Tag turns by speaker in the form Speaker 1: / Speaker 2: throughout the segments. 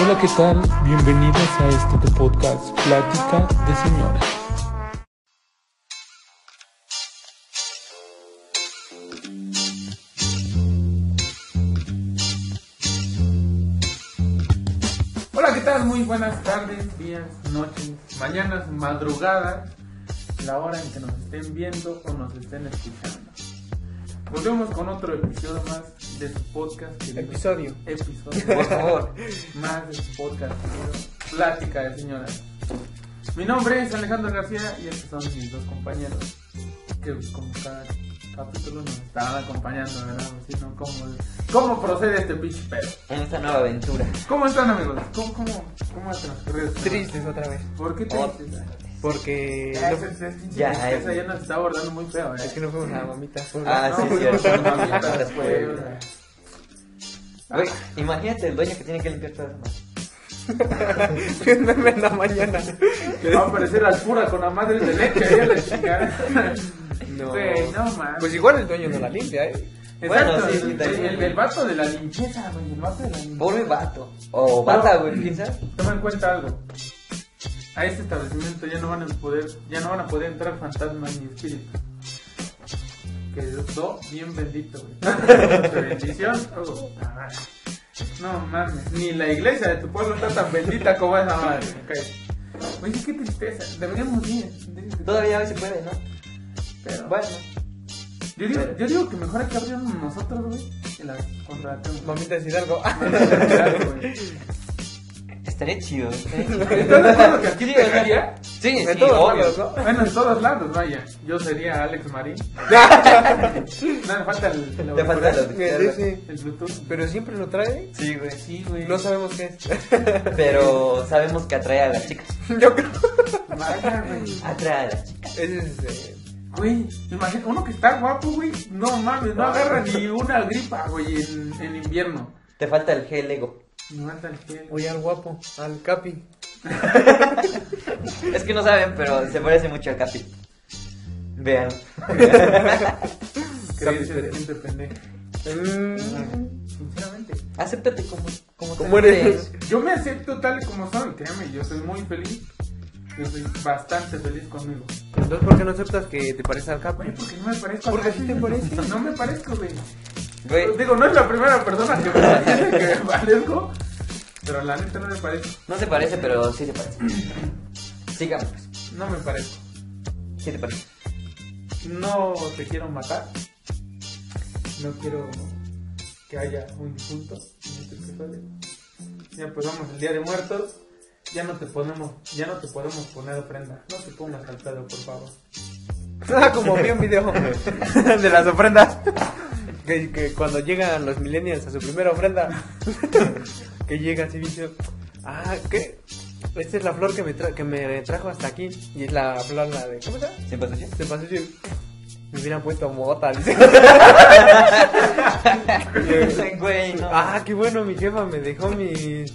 Speaker 1: Hola, ¿qué tal? Bienvenidos a este podcast Plática de Señoras. Hola, ¿qué tal? Muy buenas tardes, días, noches, mañanas, madrugadas, la hora en que nos estén viendo o nos estén escuchando. Volvemos con otro episodio más de su podcast. querido.
Speaker 2: Episodio.
Speaker 1: Episodio, por favor. más de su podcast, querido. Plática de señoras. Mi nombre es Alejandro García y estos son mis dos compañeros que como cada capítulo nos estaban acompañando, ¿verdad? Pues, si no, ¿cómo, ¿Cómo procede este pinche pedo?
Speaker 3: en esta nueva aventura.
Speaker 1: ¿Cómo están amigos? ¿Cómo, cómo, cómo ha transcurrido? esta
Speaker 2: Tristes otra vez.
Speaker 1: noche? ¿Por qué tristes?
Speaker 2: Porque
Speaker 1: Ya,
Speaker 2: no-
Speaker 1: esa- esa- esa-
Speaker 3: Ya,
Speaker 1: esa-
Speaker 3: es-
Speaker 1: esa ya nos está abordando muy feo,
Speaker 2: es
Speaker 1: ¿eh?
Speaker 2: que no fuimos a la mamita.
Speaker 3: Ah, sí,
Speaker 1: No,
Speaker 3: es cierto.
Speaker 1: no, no, no,
Speaker 3: Después.
Speaker 1: fue, o sea,
Speaker 3: Güey, imagínate el dueño que tiene que limpiar todas las manos.
Speaker 2: Un meme en la mañana.
Speaker 1: que va a parecer al pura con la madre de leche, ya la chingada.
Speaker 2: No.
Speaker 1: Güey, no mames.
Speaker 2: Pues igual el dueño no la limpia, ¿eh?
Speaker 1: Exacto,
Speaker 3: Bueno, sí, sí,
Speaker 1: el,
Speaker 3: también.
Speaker 1: el- el vato de la limpieza, güey, el vato de la limpieza.
Speaker 3: Pobre vato. O bata, güey, piensa.
Speaker 1: Toma en cuenta algo. A este establecimiento ya no van a poder, ya no van a poder entrar fantasmas ni espíritus. Que do bien bendito, güey. Tu bendición. oh, ah. no mames, ni la iglesia de tu pueblo está tan bendita como esa madre. ok. Oye, qué tristeza. Deberíamos ir.
Speaker 3: Todavía hoy se puede, ¿no?
Speaker 1: Pero,
Speaker 3: Bueno.
Speaker 1: yo digo, yo digo que mejor hay que abrirnos nosotros, güey, que la contratemos.
Speaker 2: Mamita es Hidalgo.
Speaker 1: güey.
Speaker 3: Estaría chido. estaría chido.
Speaker 1: ¿Estás de acuerdo que aquí
Speaker 3: Sí,
Speaker 1: te
Speaker 3: o sea,
Speaker 1: haría?
Speaker 3: Sí,
Speaker 2: En
Speaker 3: sí,
Speaker 2: todos
Speaker 3: obvio.
Speaker 2: lados, ¿no?
Speaker 1: Bueno, en todos lados, vaya. Yo sería Alex Marín. No, me falta el, el
Speaker 3: Te falta
Speaker 1: auricular,
Speaker 3: lo
Speaker 2: Sí,
Speaker 3: de
Speaker 2: sí.
Speaker 1: el Bluetooth.
Speaker 2: Pero siempre lo trae.
Speaker 3: Sí, güey.
Speaker 1: Sí, güey.
Speaker 2: No sabemos qué es.
Speaker 3: Pero sabemos que atrae a las chicas.
Speaker 2: Yo creo.
Speaker 1: Vaya, güey.
Speaker 3: Atrae a las chicas.
Speaker 2: Ese es. eh,
Speaker 1: Güey, imagina, uno que está guapo, güey. No mames, no agarra ni una gripa, güey, en, en invierno.
Speaker 3: Te falta el gel ego.
Speaker 1: Me falta el gel.
Speaker 2: Oye, al guapo, al Capi.
Speaker 3: Es que no saben, pero se parece mucho al Capi. Vean.
Speaker 1: Creencia de gente pendeja.
Speaker 3: Mm.
Speaker 1: Sinceramente.
Speaker 3: Acéptate como, como,
Speaker 2: ¿Cómo
Speaker 3: te
Speaker 2: eres?
Speaker 1: Yo me acepto tal y como soy, créeme, yo soy muy feliz. Yo soy bastante feliz conmigo.
Speaker 2: Entonces, ¿por qué no aceptas que te parece al Capi?
Speaker 1: Güey, porque no me parezco a
Speaker 2: Porque
Speaker 1: nadie.
Speaker 2: sí te pareces.
Speaker 1: No me parezco, güey.
Speaker 3: Güey,
Speaker 1: Digo, no es la primera persona que me dice que me parezco, pero la neta no me parezco.
Speaker 3: no se parece, pero sí te parece. Sigamos, pues.
Speaker 1: No me parezco.
Speaker 3: Sí te parece.
Speaker 1: No te quiero matar. No quiero que haya un difunto en este episodio. Ya empezamos el Día de Muertos. Ya no te podemos, ya no te podemos poner ofrenda. No te pongas al pedo, por favor.
Speaker 2: Ah, como vi un video de las ofrendas. Que, que cuando llegan los millennials a su primera ofrenda, que llega así dice, ah, ¿qué? Esta es la flor que me, tra- que me trajo hasta aquí. Y es la flor, la de, ¿cómo se llama?
Speaker 3: ¿Sí pasó?
Speaker 2: Se pasó y me hubieran puesto mota. dice.
Speaker 3: Güey, no.
Speaker 2: ah, qué bueno, mi jefa me dejó mis,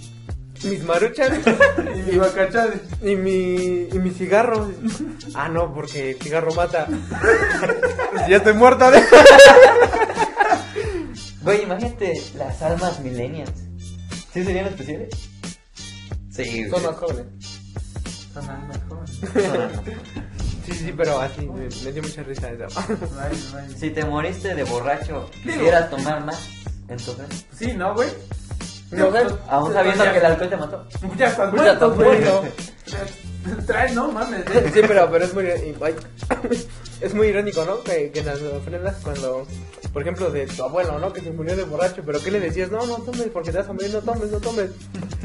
Speaker 2: mis maruchan
Speaker 1: Y mi bacachade.
Speaker 2: y mi, y mi cigarro. Ah, no, porque el cigarro mata. ya estoy muerta. ¿eh?
Speaker 3: Güey, imagínate las almas millennials. ¿Sí serían especiales? Sí,
Speaker 2: Son más jóvenes.
Speaker 1: Son almas jóvenes.
Speaker 2: Sí, sí, pero así, me, me dio mucha risa eso.
Speaker 1: Ay, ay.
Speaker 3: Si te moriste de borracho, quisieras tomar más. Entonces,
Speaker 1: Sí, ¿no, güey?
Speaker 2: No, güey.
Speaker 3: aún sabiendo que el alcohol te mató.
Speaker 1: Ya estás
Speaker 3: Ya estás
Speaker 1: muerto, güey.
Speaker 3: muerto.
Speaker 1: Trae, no mames. eh.
Speaker 2: Sí, pero, pero es muy ay, es muy irónico, ¿no? Que, que en las ofrendas cuando, por ejemplo, de tu abuelo, ¿no? Que se murió de borracho, pero ¿qué le decías? No, no tomes porque te vas a morir, no tomes, no tomes.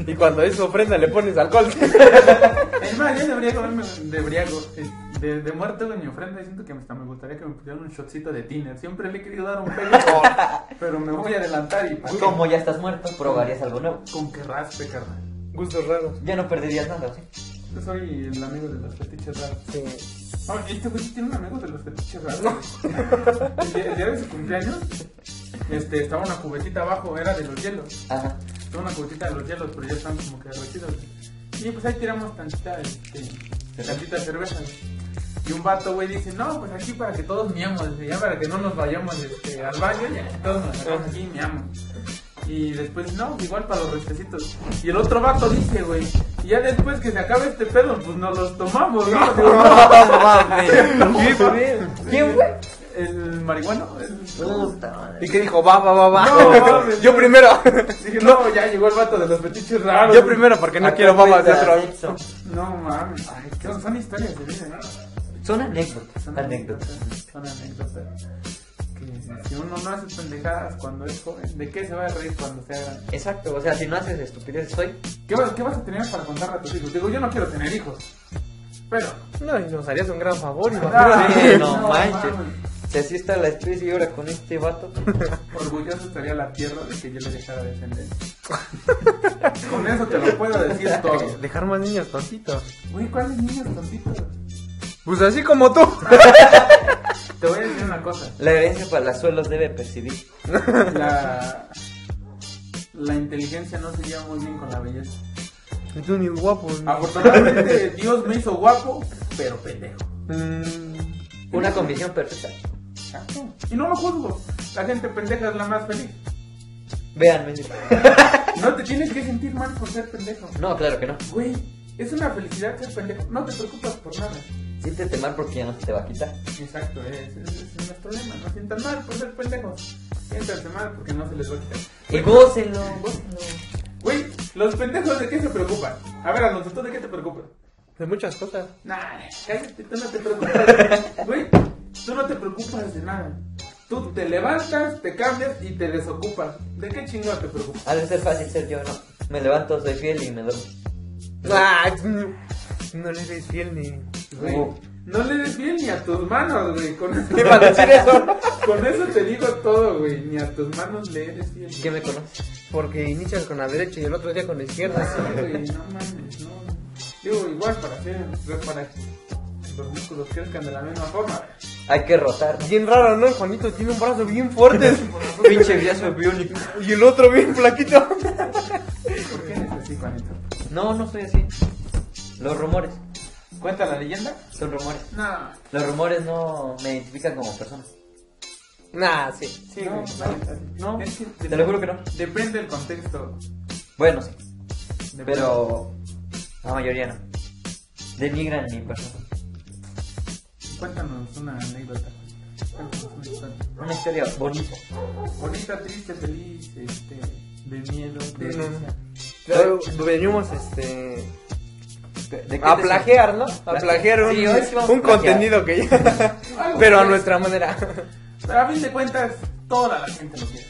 Speaker 2: Y cuando es ofrenda le pones alcohol.
Speaker 1: Es más, yo debería comerme de briago, eh, de, de muerto en mi ofrenda. y Siento que hasta me gustaría que me pusieran un shotcito de tiner. Siempre le he querido dar un pelo, pero me voy a adelantar y ¡pum!
Speaker 3: Como ya estás muerto, probarías algo nuevo.
Speaker 1: con que raspe, carnal.
Speaker 2: Gustos raros.
Speaker 3: Ya no perderías nada, ¿sí?
Speaker 1: Yo soy el amigo de los fetiches raros.
Speaker 2: Sí.
Speaker 1: Ah, este güey sí tiene un amigo de los fetiches raros. El día, el día de su cumpleaños, este, estaba una cubetita abajo, era de los hielos.
Speaker 3: Ajá.
Speaker 1: Estaba una cubetita de los hielos, pero ya están como que derretidos. Y pues ahí tiramos tantita, este, tantita cerveza. güey. Y un vato, güey, dice, no, pues aquí para que todos miamos, dice, ya para que no nos vayamos este, al baño, ya todos nos sacamos aquí y miamos. Y después, no, igual para los restecitos. Y el otro vato dice, güey, y ya después que se acabe este pedo, pues nos los tomamos, ¿no? Digo, no.
Speaker 3: ¿Quién fue?
Speaker 1: El marihuano. el-
Speaker 3: Puta madre.
Speaker 2: Y que dijo, va, va, va, va.
Speaker 1: No, mames.
Speaker 2: yo primero.
Speaker 1: Dije, no, ya llegó el vato de los petiches raros.
Speaker 2: yo
Speaker 1: güey.
Speaker 2: primero, porque no quiero babas de otro.
Speaker 3: Sexo.
Speaker 1: No mames. Ay, son, son historias de vida, ¿no?
Speaker 3: Son anécdotas.
Speaker 1: Son
Speaker 3: anécdotas.
Speaker 1: Son anécdotas. Que si uno no hace pendejadas cuando es joven, ¿de qué se va a reír cuando sea grande?
Speaker 3: Exacto, o sea, si no haces estupideces hoy,
Speaker 1: ¿Qué, vas- ¿Qué vas a tener para contarle a tus hijos? Digo, yo no quiero tener hijos. Pero.
Speaker 2: No, y nos harías un gran favor,
Speaker 1: Ah,
Speaker 2: imagínate.
Speaker 3: sí, no,
Speaker 1: no,
Speaker 3: manches.
Speaker 1: mames.
Speaker 3: Si así está la especie y ahora con este vato,
Speaker 1: Orgulloso estaría la tierra de que yo le dejara descendencia. Con eso te lo puedo decir todo.
Speaker 2: Dejar más niños tontitos.
Speaker 1: Güey, ¿cuáles niños tontitos?
Speaker 2: Pues así como tú.
Speaker 1: Te voy a decir una cosa.
Speaker 3: la herencia para las suelos debe percibir.
Speaker 1: La, la inteligencia no se lleva muy bien con la belleza.
Speaker 2: Y tú ni guapo. ni-
Speaker 1: Afortunadamente, Dios me hizo guapo, pero pendejo.
Speaker 2: Mm,
Speaker 3: Una condición perfecta.
Speaker 1: Y no lo juzgo. La gente pendeja es la más feliz.
Speaker 3: Véanme.
Speaker 1: No te tienes que sentir mal por ser pendejo.
Speaker 3: No, claro que no.
Speaker 1: Güey, es una felicidad ser pendejo. No te preocupas por nada.
Speaker 3: Siéntete mal porque ya no se te va a quitar.
Speaker 1: Exacto, es, es, es un problema. No sientan mal por ser pendejos. Siéntanse mal porque no se les va a quitar.
Speaker 3: Y gócenlo, gócenlo.
Speaker 1: Güey, los pendejos de qué se preocupan. A ver, Alonso, ¿tú de qué te preocupas?
Speaker 2: de muchas cosas.
Speaker 1: Nah, cállate, tú no te preocupas. Güey, tú no te preocupas de nada. Tú te levantas, te cambias y te desocupas. ¿De qué chingada te preocupas?
Speaker 3: Ha de ser fácil ser yo, ¿no? Me levanto, soy fiel y me duermo.
Speaker 2: Ah, no le eres fiel ni.
Speaker 1: Güey,
Speaker 3: Oh.
Speaker 1: no le des bien ni a tus manos, güey. Con eso,
Speaker 2: ¿Qué iba a decir eso?
Speaker 1: con eso te digo todo, güey. Ni a tus manos le eres bien.
Speaker 3: ¿Qué me conoces?
Speaker 2: Porque inicias con la derecha y el otro día con la izquierda.
Speaker 1: Ah, güey, no mames, no. Digo, igual para hacer, pues, para que los músculos crezcan de la misma forma.
Speaker 3: Hay que rotar.
Speaker 2: Bien raro, ¿no? El Juanito tiene un brazo bien fuerte
Speaker 3: Pinche viazo biónico.
Speaker 2: y el otro bien flaquito.
Speaker 1: ¿Por qué eres así, Juanito?
Speaker 3: No, no soy así. Los rumores.
Speaker 1: ¿Cuenta la leyenda?
Speaker 3: Son rumores.
Speaker 1: No.
Speaker 3: Los rumores no me identifican como persona.
Speaker 2: Nah, sí.
Speaker 1: Sí,
Speaker 3: No,
Speaker 1: no,
Speaker 3: no,
Speaker 1: Es que
Speaker 3: te lo juro que no.
Speaker 1: Depende del contexto.
Speaker 3: Bueno, sí.
Speaker 1: Depende.
Speaker 3: Pero la mayoría no. Denigran mi persona.
Speaker 1: Cuéntanos una anécdota. Cuéntanos una historia.
Speaker 3: Una historia bonita.
Speaker 1: Bonita, triste, feliz, este, de miedo, de
Speaker 2: No, no.
Speaker 1: risa.
Speaker 2: Pero venimos este
Speaker 3: ¿De qué
Speaker 2: a
Speaker 3: te-
Speaker 2: plagiar, ¿no? A plagiar un,
Speaker 3: Sí, hoy sí vamos
Speaker 2: un
Speaker 3: a plagiar.
Speaker 2: contenido que ya.
Speaker 1: Algo
Speaker 2: Pero a
Speaker 1: que-
Speaker 2: nuestra manera.
Speaker 1: Pero a fin de cuentas, toda la gente lo quiere.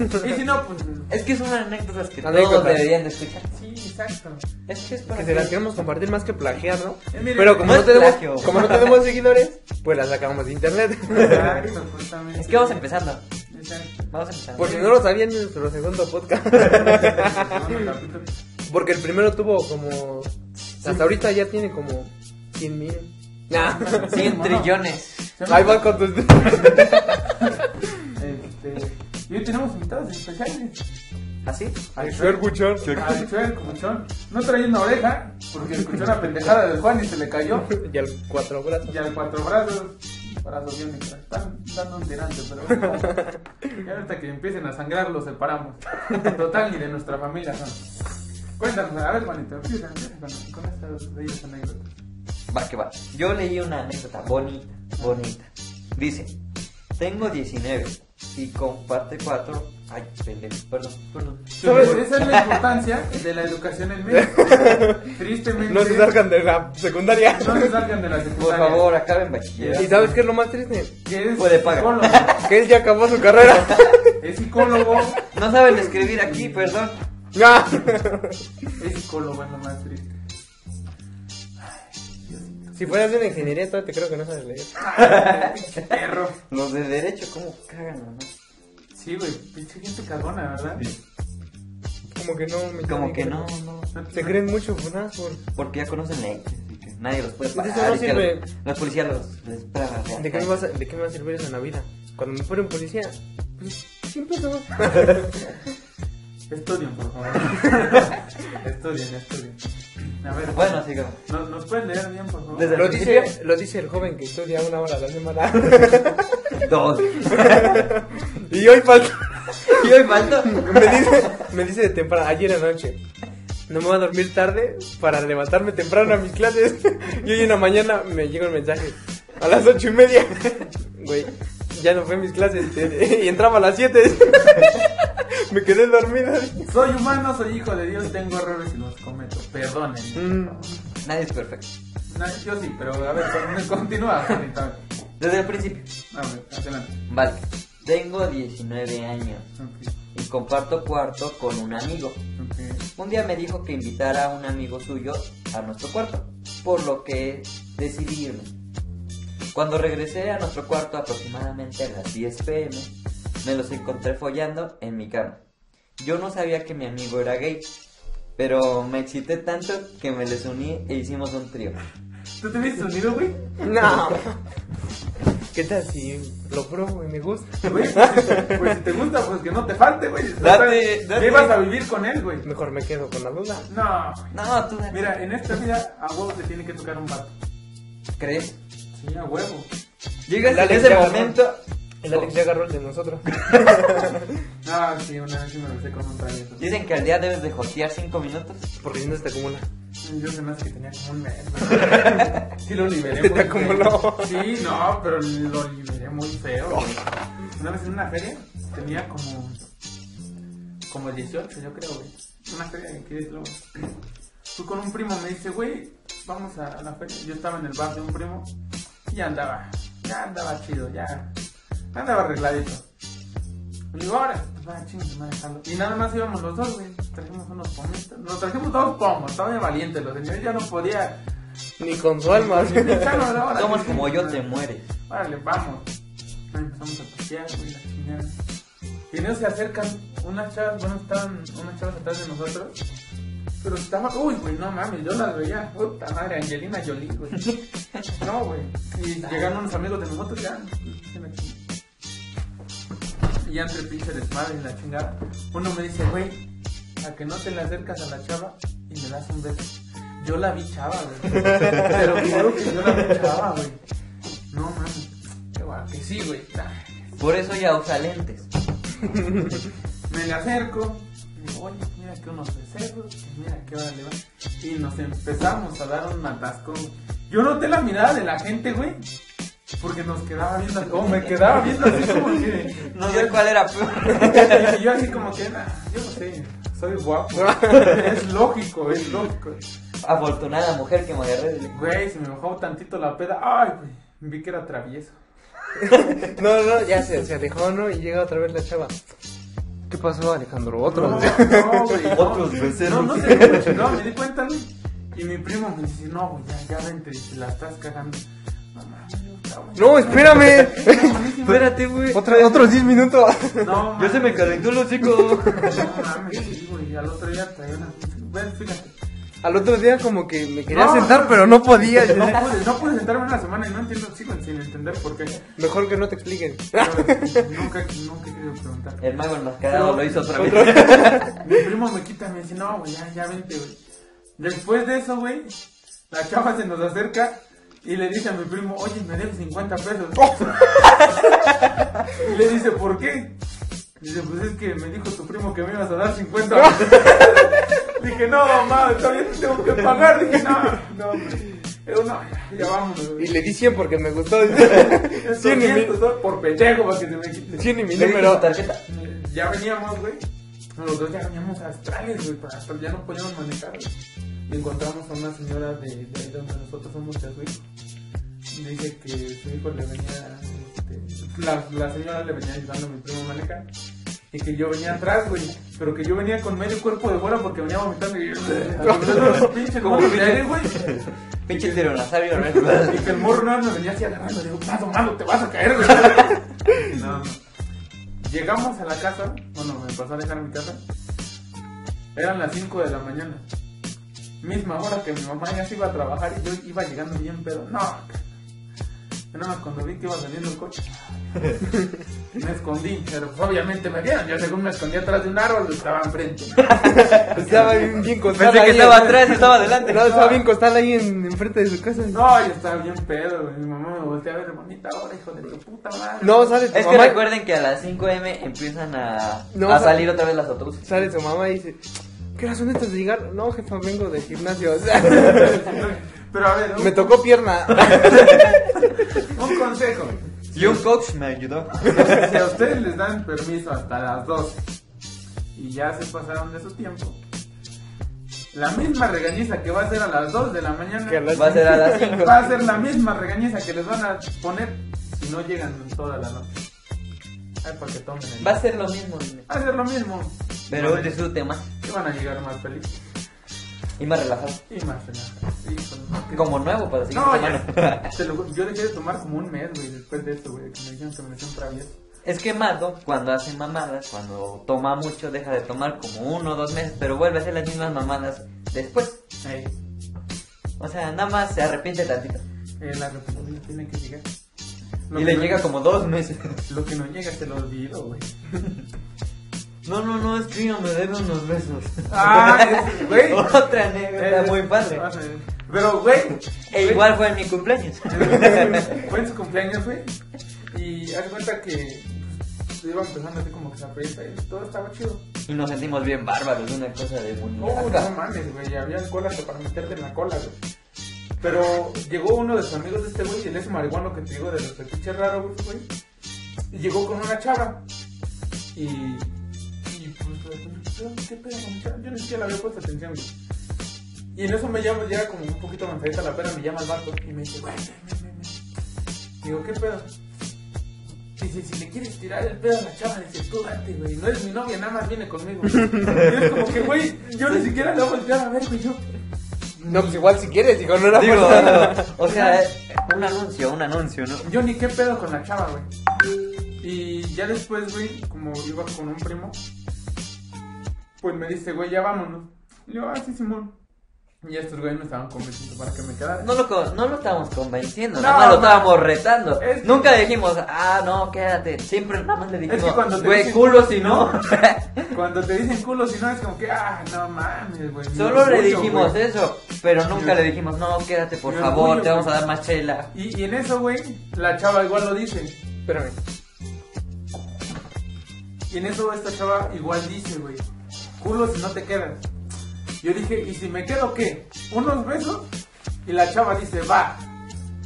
Speaker 1: Y si no, pues.
Speaker 3: Es que son anécdotas que todos
Speaker 2: Anécdotas.
Speaker 3: deberían de escuchar.
Speaker 1: Sí, exacto.
Speaker 3: Es que es para
Speaker 2: Que se las queremos compartir más que plagiar, ¿no?
Speaker 1: Eh, mire,
Speaker 2: Pero como
Speaker 3: no
Speaker 2: no
Speaker 3: es plagio.
Speaker 2: tenemos, como no tenemos seguidores, pues las sacamos de internet.
Speaker 1: Exacto, justamente.
Speaker 3: Es que vamos empezando.
Speaker 1: Exacto.
Speaker 3: Vamos empezando.
Speaker 2: Por si no lo sabían, es nuestro segundo podcast.
Speaker 1: Segundo capítulo.
Speaker 2: Porque el primero tuvo como. Hasta ahorita ya tiene como 100 mil. Nah.
Speaker 3: 100
Speaker 1: No.
Speaker 3: trillones.
Speaker 2: Ahí va con tus.
Speaker 1: Este, y hoy tenemos invitados especiales.
Speaker 3: ¿Así?
Speaker 2: Guchar.
Speaker 1: Al Chuel Comuchón. No traía una oreja porque escuchó una pendejada del Juan y se le cayó.
Speaker 2: Y al cuatro brazos.
Speaker 1: Y al cuatro brazos, brazos biónicos. Están dando un tirante, pero bueno. Ya hasta que empiecen a sangrar los separamos. Total, ni de nuestra familia son. Cuéntanos, a ver, Juanito, empieza, empieza con, con estas bellas anécdotas.
Speaker 3: Va que va. Yo leí una anécdota bonita, bonita. Dice, tengo 19 y con parte 4... Ay, pendejo, perdón, perdón.
Speaker 2: ¿Sabes?
Speaker 1: Esa es la importancia de la educación en México. Tristemente,
Speaker 2: No se salgan de la secundaria.
Speaker 1: no se salgan de la
Speaker 3: Por
Speaker 1: secundaria.
Speaker 3: favor, acaben
Speaker 2: ¿Y
Speaker 3: bachillerato.
Speaker 2: sabes qué es lo más triste?
Speaker 1: Que es
Speaker 3: Puede pagar.
Speaker 1: psicólogo.
Speaker 2: Que él ya acabó su carrera.
Speaker 1: Es psicólogo.
Speaker 3: No saben escribir aquí, perdón.
Speaker 2: Nah.
Speaker 1: Es psicólogo, es lo más triste.
Speaker 2: Si fueras de una ingeniería, todavía te creo que no sabes leer.
Speaker 1: Perro.
Speaker 3: Los de derecho, ¿cómo cagan, mamá?
Speaker 1: Sí, güey, pinche gente cagona, ¿verdad?
Speaker 2: Como que no me
Speaker 3: Como que no, no.
Speaker 2: Se creen mucho, pues nada, por.
Speaker 3: Porque ya conocen leyes, así que nadie los puede
Speaker 2: Entonces,
Speaker 3: parar.
Speaker 2: eso Pues no
Speaker 3: y que
Speaker 2: sirve.
Speaker 3: los, los policías los, les paran.
Speaker 2: ¿De qué, me vas a, ¿De qué me va a servir eso en la vida? Cuando me fuera un policía, pues siempre se va.
Speaker 1: Estudien, por favor. estudien, estudien. A ver,
Speaker 3: Bueno, sigamos.
Speaker 1: ¿nos, nos pueden leer bien, por favor?
Speaker 3: Desde-
Speaker 2: Lo dice, lo dice el joven que estudia una hora a la semana.
Speaker 3: Dos.
Speaker 2: y hoy falta.
Speaker 3: Y yo y falta.
Speaker 2: Me dice, me dice de temprano, ayer anoche. No me voy a dormir tarde para levantarme temprano a mis clases. Y hoy en la mañana me llega un mensaje. A las ocho y media. Güey, ya no fue a mis clases. Y entraba a las siete. Me quedé dormida.
Speaker 1: Soy humano, soy hijo de Dios, tengo errores y los cometo. Perdonen.
Speaker 2: Mm,
Speaker 3: Nadie es perfecto.
Speaker 1: Yo sí, pero a ver, con- continúa, Juanita.
Speaker 3: Desde el principio.
Speaker 1: A ver, adelante.
Speaker 3: Vale. Tengo 19 años
Speaker 1: Ok,
Speaker 3: y comparto cuarto con un amigo.
Speaker 1: ok.
Speaker 3: Un día me dijo que invitara a un amigo suyo a nuestro cuarto, por lo que decidí irme. Cuando regresé a nuestro cuarto aproximadamente a las 10 pm, me los encontré follando en mi cama. Yo no sabía que mi amigo era gay, pero me excité tanto que me les uní e hicimos un trío.
Speaker 1: ¿Tú te viste unido, güey?
Speaker 2: No. ¿Qué tal si lo pruebo y me gusta?
Speaker 1: Güey, pues, si te- pues si te gusta, pues que no te falte, güey.
Speaker 3: Date, date.
Speaker 1: ¿Qué vas a vivir con él, güey?
Speaker 2: Mejor me quedo con la duda.
Speaker 1: No.
Speaker 3: No, tú date.
Speaker 1: Mira, en esta vida a huevo te tiene que tocar un vato.
Speaker 3: ¿crees?
Speaker 1: Sí, a huevo.
Speaker 3: Llegas
Speaker 2: Dale,
Speaker 3: en ese
Speaker 2: ya,
Speaker 3: momento.
Speaker 2: El Alex ya agarró el de nosotros.
Speaker 1: Ah, sí, una vez sí me besé con un travieso.
Speaker 3: Dicen que al día debes de jotear 5 minutos.
Speaker 2: Porque si no se te acumula.
Speaker 1: Yo se me hace que tenía como un mes. ¿no? Sí lo liberé.
Speaker 2: Está
Speaker 1: muy
Speaker 2: como
Speaker 1: feo.
Speaker 2: no.
Speaker 1: Sí, no, pero lo liberé muy feo. güey. Una vez en una feria tenía como. como 18, yo creo, güey. Una feria de aquí de Tlalpan. Fui con un primo, me dice, güey, vamos a la feria. Yo estaba en el bar de un primo y ya andaba. Ya andaba chido, ya. Andaba arregladito. Y digo, ahora, pues va, chingue, madre, jalo. Y nada más íbamos los dos, güey. Trajimos unos pomitos. Nos trajimos dos pomos, estaba bien valiente. Los señores ya no podía.
Speaker 2: Ni con su alma.
Speaker 3: Somos como yo, te mueres.
Speaker 1: Órale, vamos. Ahí Empezamos a pasear, güey, la chingada. Y en eso se acercan unas chavas, bueno, estaban unas chavas atrás de nosotros. Pero estaba, uy, güey, no mames, yo las veía. Puta madre, Angelina Jolie, güey. No, güey. Y llegaron unos amigos de nosotros, ya. en la chingada. Y ya entre pinche desmadre y la chingada. Uno me dice, güey, a que no te le acercas a la chava y me das un beso. Yo la vi chava, güey. Pero juro que yo la vi chava, güey. No, mames. Qué guapo. Que sí, güey. Ta.
Speaker 3: Por eso ya usa lentes.
Speaker 1: Me le acerco. y Digo, oye, mira que unos becerros. que Mira qué hora le va. Y nos empezamos a dar un matascón. Yo noté la mirada de la gente, güey. Porque nos quedaba viendo. O me quedaba viendo así como que.
Speaker 3: No sé cuál era peor.
Speaker 1: Y yo así como que, "Nah, yo no sé, soy guapo. es lógico, es lógico.
Speaker 3: Afortunada mujer que me agarré del-
Speaker 1: Güey, se me bajó tantito la peda. Ay, güey, vi que era travieso.
Speaker 2: No, no, ya se, se alejó, ¿no? Y llega otra vez la chava. ¿Qué pasó, Alejandro? Otro.
Speaker 1: No, no, güey. no.
Speaker 3: Otros becerros.
Speaker 1: No, no sé, güey, no, me di cuenta, güey. Y mi primo me dice, no, güey, ya, ya vente, dice, la estás cagando. No, mames, no, cabrón.
Speaker 2: No, espérame.
Speaker 1: No, buenísimo.
Speaker 3: Espérate, güey.
Speaker 2: Otra otros 10 minutos.
Speaker 1: No,
Speaker 3: Ya se me
Speaker 1: mames.
Speaker 3: calentó el hocico.
Speaker 1: No mames, sí, güey. Al otro día traía una. Ven, fíjate.
Speaker 2: Al otro día como que me quería
Speaker 1: No.
Speaker 2: sentar, pero no podía.
Speaker 1: No pude, no pude sentarme una semana y no entiendo, sigo sin entender por qué.
Speaker 2: Mejor que no te expliquen.
Speaker 1: Nunca, nunca he querido preguntar.
Speaker 3: El mago enmascarado lo hizo otra vez.
Speaker 1: Mi primo me quita, me dice, no, güey, ya, ya vente, güey. Después de eso, güey, la chava se nos acerca y le dice a mi primo, oye, me debes 50 pesos.
Speaker 2: Oh.
Speaker 1: y le dice, ¿por qué? Dice, pues es que me dijo tu primo que me ibas a dar 50 pesos. Dije, no, mamá, todavía te tengo que pagar. Dije, no, no, güey. Pero no, ya, ya vámonos,
Speaker 2: Y
Speaker 1: güey.
Speaker 2: le di 100 porque me gustó.
Speaker 1: Estos
Speaker 2: 100 y mi,
Speaker 1: 500 son por pendejo para que se me quite.
Speaker 2: 100 y mi
Speaker 3: Le dije su
Speaker 2: número.
Speaker 3: tarjeta.
Speaker 1: Ya veníamos, güey. Los dos ya veníamos astrales, güey, para hasta ya no podíamos manejar. güey. Y encontramos a una señora de, de ahí donde nosotros somos de güey. Dice que su hijo le venía. este, la, la señora le venía ayudando a mi primo a manejar. Y que yo venía atrás, güey. Pero que yo venía con medio cuerpo de bola porque venía vomitando. Y yo, pinche, como de aire, güey.
Speaker 3: Pinche tironasario, ¿no?
Speaker 1: Y que el morro no me venía así agarrando. Digo, malo, malo, te vas a caer, güey. No, no. Llegamos a la casa. Bueno, me pasó a dejar a mi casa. Eran las 5 de la mañana. Misma hora que mi mamá ya se iba a trabajar y yo iba llegando bien, pero no. En Yo nada más cuando vi que iba saliendo el coche, me escondí. Pero pues, obviamente me vieron. Yo según me escondí atrás de un árbol, estaba enfrente.
Speaker 2: Estaba bien, bien costada.
Speaker 3: Pensé que
Speaker 2: ahí,
Speaker 3: estaba
Speaker 2: ¿no?
Speaker 3: atrás y estaba adelante.
Speaker 2: No, estaba bien costada ahí en, enfrente de su casa.
Speaker 1: No, yo estaba bien pedo, güey. Mi mamá me voltea a ver, hermanita, ahora, hijo de tu puta madre.
Speaker 2: No, sale tu
Speaker 3: Es que
Speaker 2: mamá.
Speaker 3: recuerden que a las 5M empiezan a,
Speaker 2: No,
Speaker 3: a
Speaker 2: sale-
Speaker 3: salir otra vez las autobuses.
Speaker 2: Sale su mamá y dice: ¿Qué horas son estas de llegar? No, jefa, vengo del gimnasio.
Speaker 1: Pero a ver, un,
Speaker 2: Me tocó pierna.
Speaker 1: un consejo.
Speaker 3: Y un coach me ayudó.
Speaker 1: Si a ustedes les dan permiso hasta las 12 y ya se pasaron de su tiempo, la misma regañiza que va a ser a las 2 de la mañana
Speaker 2: Que a las-
Speaker 3: Va a ser a las 5.
Speaker 1: va a ser la misma regañiza que les van a poner si no llegan en toda la noche. Ay, para que tomen. ahí.
Speaker 3: Va a ser lo mismo.
Speaker 1: Va a ser lo mismo.
Speaker 3: Pero
Speaker 1: Vale.
Speaker 3: disfrute más
Speaker 1: que van a llegar más felices
Speaker 3: y más relajado.
Speaker 1: y más relajados. Híjole, no, que-
Speaker 3: Como nuevo para seguir
Speaker 1: No, ya. Te lo ju- yo dejé de tomar como un mes, güey, después de esto, güey, que me dijeron que me hicieron travieso.
Speaker 3: Es que Mato, cuando hace mamadas, cuando toma mucho, deja de tomar como uno o dos meses, pero vuelve a hacer las mismas mamadas después.
Speaker 1: Ey,
Speaker 3: O sea, nada más se arrepiente tantito.
Speaker 1: eh, la reputación tiene que llegar. Lo
Speaker 3: Y
Speaker 1: que
Speaker 3: le
Speaker 1: no-
Speaker 3: llega como dos meses.
Speaker 1: Lo que no llega se lo digo, güey.
Speaker 3: No, no, no, es que yo me debe unos besos.
Speaker 1: Ah, es- güey.
Speaker 3: Otra anécdota muy padre.
Speaker 1: Pero, güey.
Speaker 3: E
Speaker 1: güey,
Speaker 3: igual fue en mi cumpleaños.
Speaker 1: Fue en su cumpleaños, güey. Y haz de cuenta que pues, iba empezando así como que la fiesta y todo estaba chido.
Speaker 3: Y nos sentimos bien bárbaros, una cosa de
Speaker 1: No, no
Speaker 3: bonita.
Speaker 1: mames, güey. Había colas para meterte en la cola, güey. Pero llegó uno de sus amigos de este güey, el ese marihuano que te digo de los de pinche raro, güey, güey. Y llegó con una chava. Y. Y pues, ¿qué pedo? con mi chava? Yo ni siquiera le había puesto atención, güey. Y en eso me llama, ya como un poquito manzanita la pera, me llama el barco y me dice, güey, ven, ven, ven, ven". Digo, ¿qué pedo? Dice, si le quieres tirar el pedo a la chava, dice, tú date, güey, no es mi novia, nada más viene conmigo. Y es como que, güey, yo ni siquiera la voy a voltear a ver, güey, yo.
Speaker 2: No, pues igual si quieres, digo, no la
Speaker 3: Digo,
Speaker 2: fuerza.
Speaker 3: o sea, un anuncio, un anuncio, ¿no?
Speaker 1: Yo ni qué pedo con la chava, güey. Y ya después, güey, como iba con un primo, pues me dice, güey, ya vámonos. Y yo, ah, sí, Simón. Y estos güeyes me estaban convenciendo para que me quedara.
Speaker 3: No lo, co- no lo estábamos
Speaker 1: No,
Speaker 3: convenciendo, nada más lo
Speaker 1: no.
Speaker 3: estábamos retando.
Speaker 1: Es que-
Speaker 3: Nunca dijimos, ah, no, quédate. Siempre nada más le dijimos,
Speaker 1: que cuando te
Speaker 3: güey,
Speaker 1: dicen-
Speaker 3: culo si no.
Speaker 1: Cuando te dicen culo, si no es como que, ah, no mames, güey. mi
Speaker 3: Solo le
Speaker 1: orgullo,
Speaker 3: dijimos eh.
Speaker 1: güey".
Speaker 3: eso, pero nunca
Speaker 1: Mi-
Speaker 3: le dijimos, no, quédate por
Speaker 1: mi
Speaker 3: favor,
Speaker 1: orgullo,
Speaker 3: te vamos a
Speaker 1: güey.
Speaker 3: dar más chela.
Speaker 1: Y, y en eso, güey, la chava igual lo dice.
Speaker 2: Espérame.
Speaker 1: Y en eso esta chava igual dice, güey, culo si no te quedas. Yo dije, ¿y si me quedo qué? ¿Unos besos? Y la chava dice, va.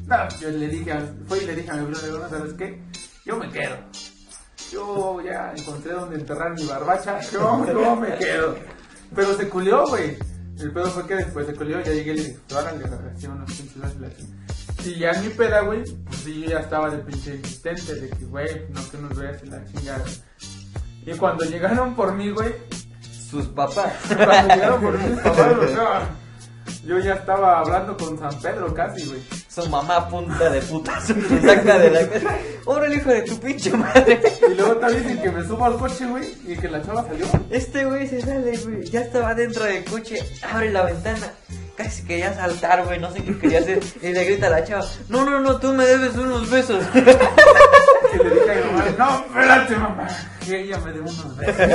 Speaker 1: No, yo le dije, a- fue y le dije a mi brother, "Bueno, ¿sabes qué? Yo me quedo. Yo ya encontré donde enterrar mi barbacha, yo, yo me quedo. Pero se culió, güey. El pedo fue que después se culió, ya llegué y le dije, órale, hacía unos pinches besos, le hacía. Y ya en mi peda, güey, pues sí, yo ya estaba de pinche insistente, de que, güey, no que nos veas en la chingada. Y cuando llegaron por mí, güey,
Speaker 3: Sus papás.
Speaker 1: cuando llegaron por mí, mis papás, o sea, yo ya estaba hablando con San Pedro casi, güey.
Speaker 3: Su mamá punta de putas. me saca de la casa. Órale, hijo de tu pinche madre.
Speaker 1: Y luego te dicen que me subo al coche, güey, y que la chava salió.
Speaker 3: Este güey se sale, güey. Ya estaba dentro del coche, abre la ventana. Casi quería saltar, güey. No sé qué quería hacer. Y le grita a la chava: No, no, no, tú me debes unos besos.
Speaker 1: Y le dije a mi mamá, no, espérate, mamá. Que ella me dé unos besos.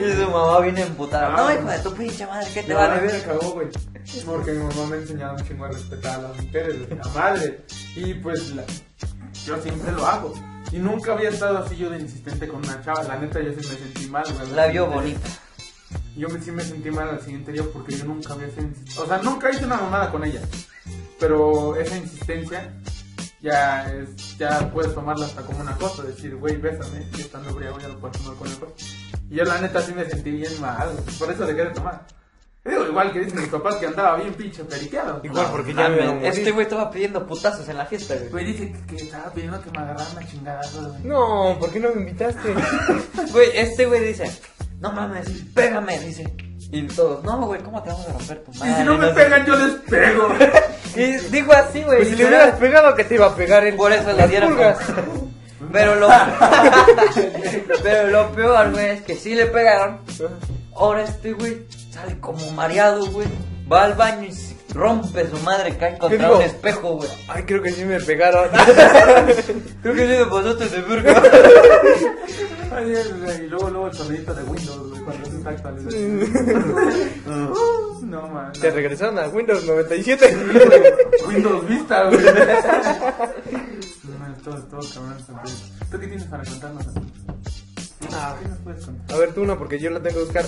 Speaker 3: y su mamá viene emputada: No,
Speaker 1: Ah.
Speaker 3: hijo de tu pinche madre, ¿qué te
Speaker 1: Mi
Speaker 3: va a
Speaker 1: mamá se
Speaker 3: deber?
Speaker 1: cagó, güey. Porque mi mamá me enseñaba un chingo a respetar a las mujeres, güey, la madre. Y pues la- yo siempre lo hago. Y nunca había estado así yo de insistente con una chava. La neta, yo sí me sentí mal, güey.
Speaker 3: La vio bonita.
Speaker 1: Yo me, sí me sentí mal al siguiente día porque yo nunca había sido insistente. O sea, nunca hice una mamada con ella. Pero esa insistencia ya es, ya puedes tomarla hasta como una cosa. Decir, güey, bésame. Y estando briago ya lo puedes tomar con el cuerpo. Y yo la neta sí me sentí bien mal. güey. Por eso dejé de tomar. Digo, igual que dicen mis papás que andaba bien pinche periqueado.
Speaker 2: Igual porque
Speaker 3: Ah,
Speaker 2: ya me
Speaker 3: me-
Speaker 2: iba a morir.
Speaker 3: Este güey estaba pidiendo putazos en la fiesta, güey.
Speaker 1: Güey, dice que, que estaba pidiendo que me agarraran a chingadazos, güey.
Speaker 2: No, ¿por qué no me invitaste? Pues
Speaker 3: Güey, este güey dice: No mames, pégame, dice. Y todos: No, güey, ¿cómo te vamos a romper tu madre?
Speaker 1: Y si no me
Speaker 3: sé
Speaker 1: pegan, yo les pego.
Speaker 3: qué". Y dijo así, güey.
Speaker 2: Pues si le
Speaker 3: literal.
Speaker 2: hubieras pegado, que te iba a pegar él.
Speaker 3: Por eso le
Speaker 2: Las
Speaker 3: dieron
Speaker 2: pulgas.
Speaker 3: como- Pero lo Pero lo peor, güey, es que sí le
Speaker 2: Ah,
Speaker 3: pegaron. Ahora este güey sale como mareado, güey. Va al baño y se rompe su madre, cae contra
Speaker 2: digo?
Speaker 3: un espejo, güey.
Speaker 2: Ay, creo que sí me pegaron.
Speaker 3: Creo que sí me pasaste Pues de verga.
Speaker 1: Ay, el- Y luego, luego el sonidito de Windows, güey, cuando se tacta. No, man.
Speaker 2: Te regresaron a Windows 97.
Speaker 1: Windows Vista, güey. No, man, todo, todo cabrón. está bien. ¿Tú qué tienes para contarnos?
Speaker 2: Ah.
Speaker 1: ¿Qué nos puedes contar?
Speaker 2: A ver, tú una, porque yo la tengo que buscar.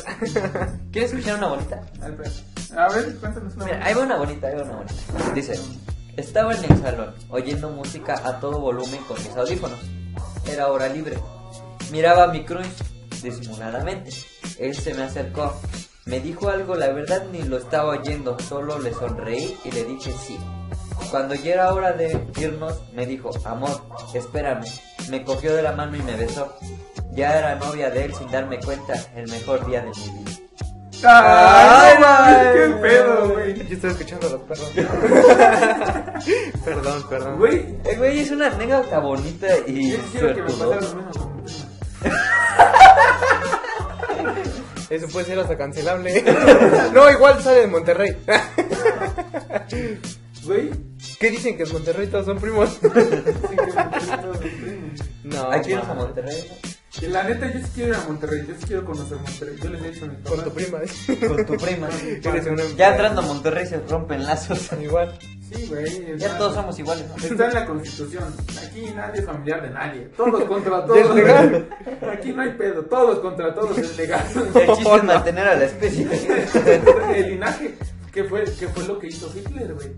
Speaker 3: ¿Quieres escuchar una bonita?
Speaker 1: A ver, espera. A ver, cuéntanos una.
Speaker 3: Mira, ahí va una bonita, ahí va una bonita. Dice, estaba en el salón, oyendo música a todo volumen con mis audífonos. Era hora libre. Miraba a mi crush disimuladamente. Él se me acercó. Me dijo algo, la verdad ni lo estaba oyendo, solo le sonreí y le dije sí. Cuando ya era hora de irnos, me dijo, amor, espérame. Me cogió de la mano y me besó. Ya era novia de él sin darme cuenta, el mejor día de mi vida.
Speaker 1: ¡Ay,
Speaker 2: Ay,
Speaker 1: man!
Speaker 2: güey.
Speaker 1: ¡Qué pedo, güey!
Speaker 2: Yo estoy escuchando a los perros. perdón, perdón.
Speaker 1: Güey,
Speaker 3: Eh, güey, es una anécdota bonita y
Speaker 1: yo quiero que me
Speaker 3: suertudo.
Speaker 1: pasara lo mismo con mi prima.
Speaker 2: Eso puede ser hasta cancelable. no, igual sale de Monterrey.
Speaker 1: Güey,
Speaker 2: ¿Qué dicen que en Monterrey todos son primos?
Speaker 1: sí que me pasara lo mismo.
Speaker 2: No.
Speaker 3: Aquí vamos a
Speaker 2: ma.
Speaker 3: Monterrey
Speaker 1: Y la neta, yo sí quiero ir a Monterrey, yo sí quiero conocer Monterrey. Yo les he dicho a mi
Speaker 2: Con
Speaker 1: papá.
Speaker 2: tu prima.
Speaker 3: con tu prima.
Speaker 2: Eres una
Speaker 3: Ya entrando a Monterrey se rompen lazos.
Speaker 2: Igual.
Speaker 1: Sí, güey. es
Speaker 3: Ya
Speaker 1: más,
Speaker 3: todos somos iguales. ¿no?
Speaker 1: Está en la constitución. Aquí nadie es familiar de nadie. Todos contra todos.
Speaker 2: Ya es legal.
Speaker 1: Aquí no hay pedo. Todos contra todos es legal.
Speaker 3: El chiste es mantener a la especie.
Speaker 1: El linaje. ¿Qué fue, qué fue lo que hizo Hitler, güey?